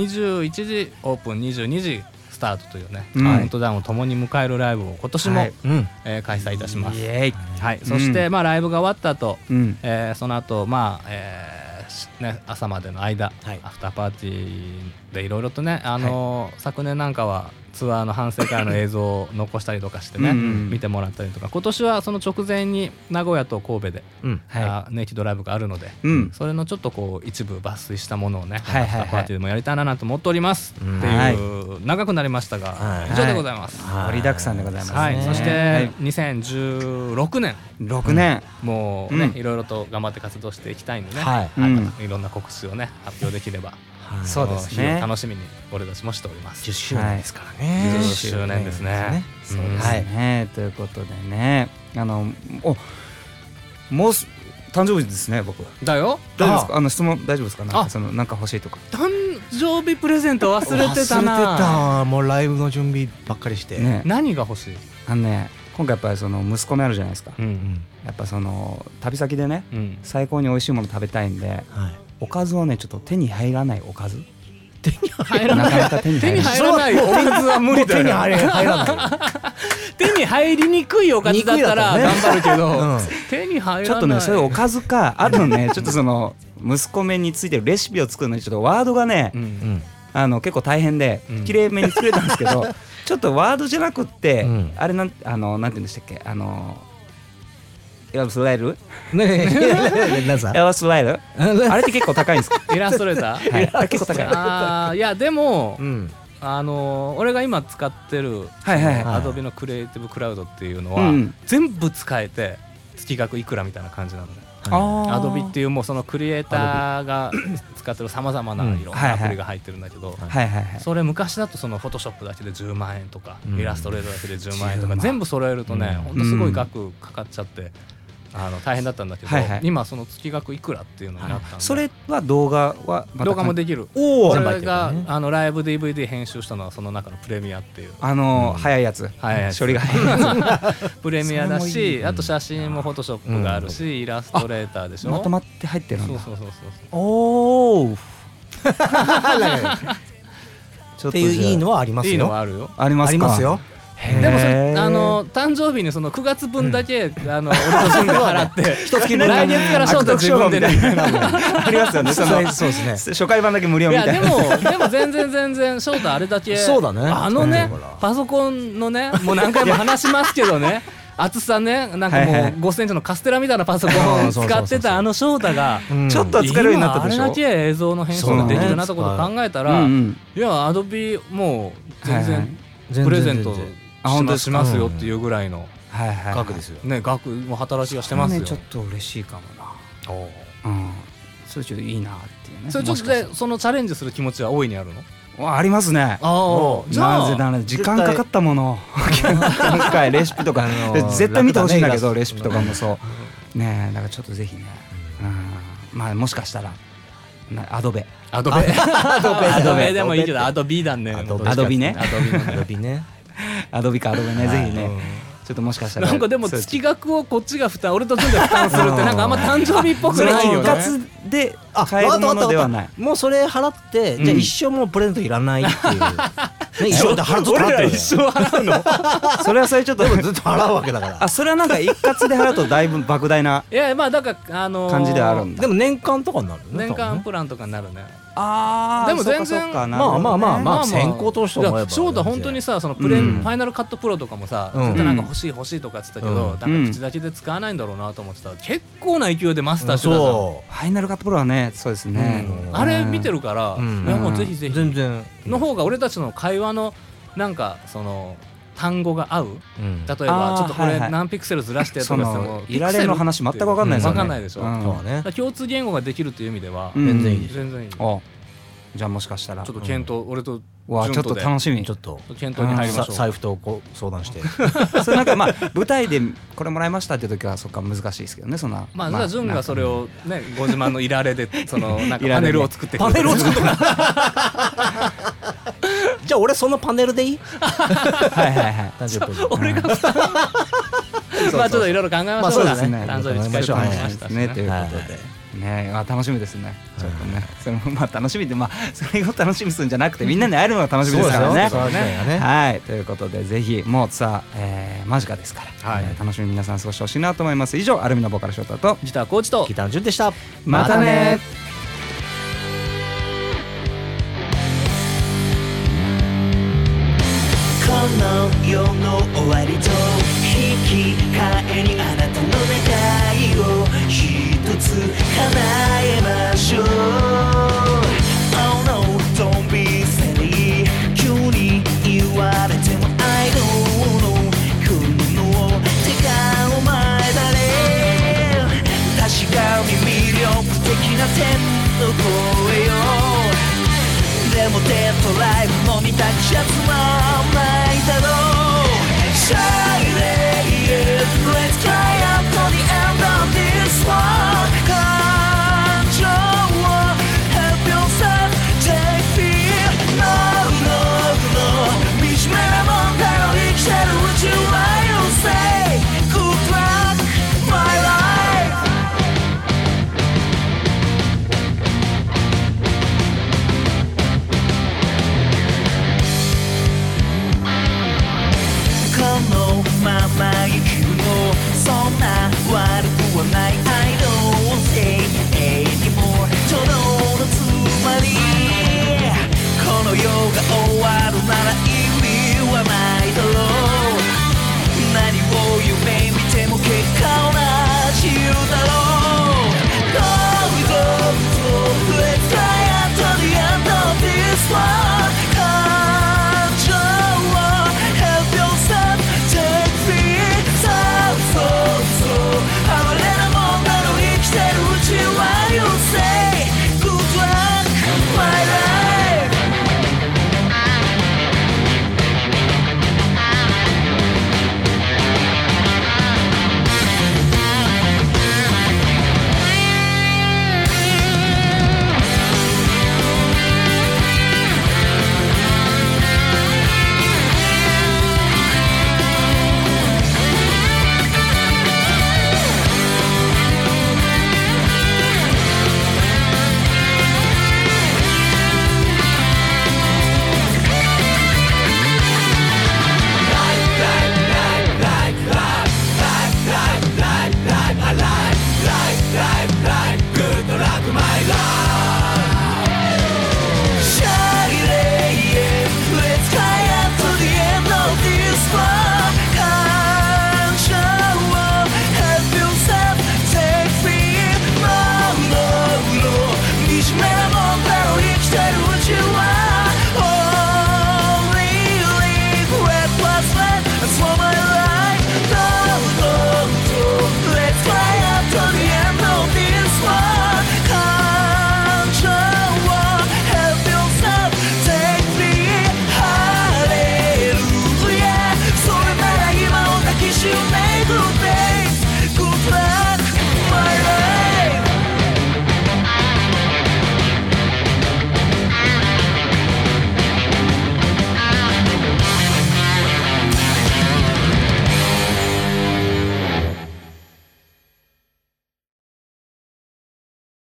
Speaker 2: 21時オープン22時スタートというね、
Speaker 1: うん
Speaker 2: カウントダウンを共に迎えるライブを今年も、
Speaker 1: はい
Speaker 3: うん
Speaker 2: えー開催いたします
Speaker 1: イ。エーイ
Speaker 2: はい、そして、
Speaker 1: う
Speaker 2: まあ、ライブが終わった後、
Speaker 1: うん
Speaker 2: えーその後、まあえーしね、朝までの間、
Speaker 3: はい
Speaker 2: アフターパーティーでいろいろとね、あのー昨年なんかはツアーの反省会の映像を残したりとかしてね
Speaker 1: うんうん
Speaker 2: 見てもらったりとか今年はその直前に名古屋と神戸で、
Speaker 3: うん
Speaker 1: はい
Speaker 2: あネイキッドライブがあるので、
Speaker 1: うん
Speaker 2: それのちょっとこう一部抜粋したものをね、
Speaker 1: はいはいはい
Speaker 2: アフターパーティーでもやりたいななんて思っております、
Speaker 3: うん
Speaker 2: っていう、長くなりましたが、
Speaker 3: はい
Speaker 2: 以上でございます。
Speaker 3: はい
Speaker 1: 盛りだくさんでございますね
Speaker 2: はい、そして
Speaker 1: はい
Speaker 2: 2016年
Speaker 1: 六年
Speaker 2: もうね、
Speaker 1: うん
Speaker 2: いろいろと頑張って活動していきたいんでね、
Speaker 3: はい
Speaker 1: うん
Speaker 2: いろんな告知をね発表できれば
Speaker 3: はい
Speaker 1: そうですね
Speaker 2: あの日を楽しみに俺たちもしております
Speaker 3: 10周年ですからね、
Speaker 2: 10周年ですね
Speaker 1: そうですね
Speaker 2: うん
Speaker 1: はいねということでねあのおもうす誕生日ですね僕
Speaker 2: だよ
Speaker 1: 大丈夫ですかあの質問大丈夫ですかなんか
Speaker 2: あ
Speaker 1: そのなんか欲しいとか
Speaker 2: 誕生日プレゼント忘れてたな
Speaker 3: 忘れてたもうライブの準備ばっかりして、
Speaker 1: ね
Speaker 2: 何が欲しい、
Speaker 1: あのね今回やっぱりその息子もあるじゃないですか
Speaker 2: う
Speaker 3: うんん
Speaker 1: やっぱその旅先でね
Speaker 2: うん
Speaker 1: 最高に美味しいもの食べたいんで
Speaker 3: はい
Speaker 1: おかずをねちょっと手に入らないおかず
Speaker 3: 手に入ら
Speaker 1: な
Speaker 3: ない
Speaker 1: かなか手に
Speaker 2: 手
Speaker 1: 入
Speaker 2: に
Speaker 1: らない
Speaker 2: 入らないおか
Speaker 1: *laughs*
Speaker 2: ずは無
Speaker 3: も
Speaker 2: 理
Speaker 3: う手
Speaker 2: だ
Speaker 3: に
Speaker 2: よ
Speaker 3: 入ら *laughs* ない
Speaker 2: 手に入りにくいおかずだったら頑張るけど、手に入らない
Speaker 1: ちょっとねそういうおかずかあとねちょっとその息子麺についてるレシピを作るのにちょっとワードがね、
Speaker 2: うん
Speaker 3: うん
Speaker 1: あの結構大変で
Speaker 2: うん
Speaker 1: 綺麗めに作れたんですけ
Speaker 2: *laughs*
Speaker 1: どちょっとワードじゃなくって、
Speaker 3: うん
Speaker 1: あれなんあのなんて言うんでしたっけあのエアバスライル
Speaker 3: ねえ何さ
Speaker 1: エアバスライルあれって結構高いん
Speaker 2: *laughs*
Speaker 1: ですか、
Speaker 2: イラストレータ
Speaker 1: *laughs*
Speaker 2: ー
Speaker 1: はい、あれ結構高い
Speaker 2: あーいやでも、
Speaker 3: うん
Speaker 2: あのー俺が今使ってる
Speaker 1: はいはい
Speaker 3: はい
Speaker 2: アドビのクリエイティブクラウドっていうのは、
Speaker 1: うん
Speaker 2: 全部使えて月額いくらみたいな感じなのでアドビっていうもうそのクリエイターが使ってるさまざまな
Speaker 3: うん
Speaker 2: いろん
Speaker 1: はいは
Speaker 2: なア
Speaker 1: い
Speaker 2: プリが入ってるんだけど、
Speaker 1: はいはいはい
Speaker 2: それ昔だとそのフォトショップだけで10万円とか、
Speaker 3: うん
Speaker 2: イラストレートだけで10万円と
Speaker 1: 10
Speaker 2: か
Speaker 1: 万
Speaker 2: 全部揃えるとね、
Speaker 3: うん
Speaker 2: ほんとすごい額かかっちゃって。あの大変だったんだけど、
Speaker 1: はいはい
Speaker 2: 今その月額いくらっていうのになったんで、
Speaker 1: それは動画はまた
Speaker 2: 動画もできる
Speaker 1: お
Speaker 2: こ
Speaker 1: お
Speaker 3: 全部入
Speaker 2: れ
Speaker 3: ってるか
Speaker 2: が、
Speaker 3: らね
Speaker 2: あのライブ DVD 編集したのはその中のプレミアっていう
Speaker 1: あのー
Speaker 3: うん
Speaker 1: 早いやつ
Speaker 2: 早いやつ
Speaker 1: 処理が早いや
Speaker 2: プレミア
Speaker 1: それ
Speaker 2: だ
Speaker 1: もい
Speaker 2: しあと写真もフォトショップがあるし、イラストレーターでし
Speaker 1: つ
Speaker 2: ょ
Speaker 1: まとまって入ってるんだ
Speaker 2: そうそうそうそう
Speaker 1: おお。ちょ
Speaker 3: っていういいの
Speaker 1: は
Speaker 3: はありますよ
Speaker 2: いいのはあるよ
Speaker 1: ありま
Speaker 3: あ
Speaker 1: す
Speaker 3: り
Speaker 1: か。
Speaker 3: ますよ
Speaker 1: へー。
Speaker 2: でもそれあの誕生日にその9月分だけ、あの俺と自分で払って
Speaker 1: *laughs* 一月分
Speaker 2: *laughs* 来月から招待自分でね
Speaker 1: 悪徳商法みたいな *laughs* ありますよ
Speaker 2: *laughs*
Speaker 1: ね。その
Speaker 3: そうですね
Speaker 1: 初回版だけ無料
Speaker 2: い
Speaker 1: み
Speaker 2: や
Speaker 1: たい
Speaker 2: で
Speaker 1: な。
Speaker 2: もでも全然全然翔太あれだけ
Speaker 3: そうだね
Speaker 2: あのね
Speaker 3: そうだから
Speaker 2: パソコンのねもう何回も話しますけどね厚さねなんかも
Speaker 1: はいは
Speaker 2: う
Speaker 1: い
Speaker 2: 5センチのカステラみたいなパ
Speaker 1: *laughs*
Speaker 2: ソコンを
Speaker 3: そうそうそうそう
Speaker 2: 使ってたあの翔太が
Speaker 3: うん
Speaker 1: ちょっとは使えるようになったでしょ
Speaker 2: 今あれだけ映像の編集ができるなってことを考えたら、
Speaker 1: うんうん
Speaker 2: いやアドビもう全
Speaker 1: はい
Speaker 2: 然
Speaker 3: 全然
Speaker 2: プレゼント
Speaker 3: 全然
Speaker 1: あ本当です
Speaker 2: し
Speaker 1: か
Speaker 2: ますよっていうぐらいの
Speaker 1: はいはいはい。
Speaker 3: 額ですよ
Speaker 2: ね額も働きがしてますよ
Speaker 1: ねちょっと嬉しいかも
Speaker 2: おう
Speaker 1: な。うん。それちょっといいなっていうね。
Speaker 2: それちょ
Speaker 1: も
Speaker 2: っと
Speaker 1: しかし
Speaker 2: でそのチャレンジする気持ちは大いにあるの
Speaker 1: たらわありますね。
Speaker 2: あじゃ
Speaker 1: な
Speaker 2: あ
Speaker 1: ぜなら時間かかったもの *laughs* 今回レシピとか
Speaker 3: のー
Speaker 1: 絶対見てほしいんだけど
Speaker 3: 楽だね
Speaker 1: レシピとかもそうねえだからちょっとぜひねうんまあもしかしたらなアドベ
Speaker 2: アドベアドベでもいいけど
Speaker 3: ア
Speaker 2: アドビだね
Speaker 3: アドビ
Speaker 2: もうどっちかっていう
Speaker 1: ア
Speaker 2: アドビのね
Speaker 3: アドビね
Speaker 1: アドビかアドベねぜひ
Speaker 2: うん
Speaker 1: ねちょっともしかしたら
Speaker 2: なんかでも
Speaker 1: そう
Speaker 2: 月額をこっちが負担俺と組んで負担するってなんかあんま誕生日っぽく
Speaker 1: それ
Speaker 2: ない
Speaker 1: 一
Speaker 2: よね
Speaker 1: 括で買えるものではない
Speaker 3: もうそれ払ってじゃあ一生もうプレゼントいらないって *laughs* いうね一生だ払っと払ってる
Speaker 2: 生払うの
Speaker 3: *laughs*
Speaker 1: それはそれちょっと
Speaker 3: でもずっと払うわけだから
Speaker 1: あそれはなんか一括で払うとだいぶ莫大ない
Speaker 2: やまあだからあのー
Speaker 1: 感じではあるんだ
Speaker 3: *laughs* でも年間とかになるよね
Speaker 2: 年間
Speaker 3: 多分ね
Speaker 2: プランとかになるね
Speaker 1: あ
Speaker 2: ー
Speaker 1: でも全
Speaker 2: そうか
Speaker 1: 然
Speaker 2: そうか
Speaker 3: なるほどねまあ先行投資と思えば
Speaker 2: いや翔太本当にさそのプレ、
Speaker 1: うん
Speaker 2: ファイナルカットプロとかもさ、
Speaker 3: うん
Speaker 2: 絶対なんか欲しい欲しいとか言ってたけど、
Speaker 3: うん
Speaker 2: なんか口だけで使わないんだろうなと思ってたら結構な勢いでマスターしてたじゃん
Speaker 3: そ
Speaker 1: ファイナルカットプロはねそうですね
Speaker 3: うん
Speaker 2: あれ見て
Speaker 1: る
Speaker 2: るから、
Speaker 3: うん
Speaker 2: いやもうぜひぜ
Speaker 3: う
Speaker 2: ひ
Speaker 3: 全然
Speaker 2: の方が俺たちの会話のなんかその単語が合う
Speaker 3: うん
Speaker 2: 例え
Speaker 1: あ
Speaker 2: ば
Speaker 1: ー
Speaker 2: ちょっとこ
Speaker 1: は
Speaker 2: れ
Speaker 1: いはい
Speaker 2: 何ピクセルずらしてと
Speaker 1: そ
Speaker 2: かしても
Speaker 1: のいられの話全く分かんないですよね
Speaker 2: 分かんないでしょ
Speaker 1: うん
Speaker 3: そうだね
Speaker 2: 共通言語ができるという意味では、
Speaker 1: うん
Speaker 3: 全然いいです
Speaker 2: 全然いいちょ
Speaker 1: おじゃあもしかしたら
Speaker 2: っと検討、俺と
Speaker 1: うわちょっと楽しみ
Speaker 3: ちょっと
Speaker 2: 検討に入りま
Speaker 3: さ
Speaker 2: しょう
Speaker 3: 財布とこう相談して
Speaker 1: *laughs* それなんかまあ舞台でこれもらいましたっていう時はそっか難しいですけどねそんな
Speaker 2: まあ、じゃあ潤がそれをねご自慢のいられでそのなんか
Speaker 1: いら
Speaker 2: パ
Speaker 1: れね
Speaker 2: ネルを作って
Speaker 3: パ
Speaker 2: れ
Speaker 3: ネルを作ってくれ *laughs* じゃあ俺そのパネルでいい
Speaker 1: はいはいはい
Speaker 3: 30分
Speaker 2: 俺がまあちょっといろいろ考えましょう
Speaker 3: まあそうですね
Speaker 2: 誕生日近いと思いましたし
Speaker 1: ねと
Speaker 2: ね
Speaker 1: いうことで。ねあ楽しみですね。ちょっとね、それもまあ楽しみで、まあ *laughs* それを楽しみするんじゃなくてみんなに会えるのが楽しみですからね。
Speaker 3: そうですよそうですよね
Speaker 1: はいということでぜひもうさあ、えー、間近ですから、
Speaker 2: はい
Speaker 1: えー楽しみに皆さん過ごしてほしいなと思います。以上アルミのボーカルショータと
Speaker 2: ギターコーチと
Speaker 3: ギターの順でした
Speaker 1: またね
Speaker 4: この世の終わりと引き換えにあなたの願いを一つ叶えましょう Oh no, don't be silly 急に言われても I don't know 来るのをてかお前だね確かに魅力的な天の声よでもデッドライフも見たくちゃつまんないだろう Shine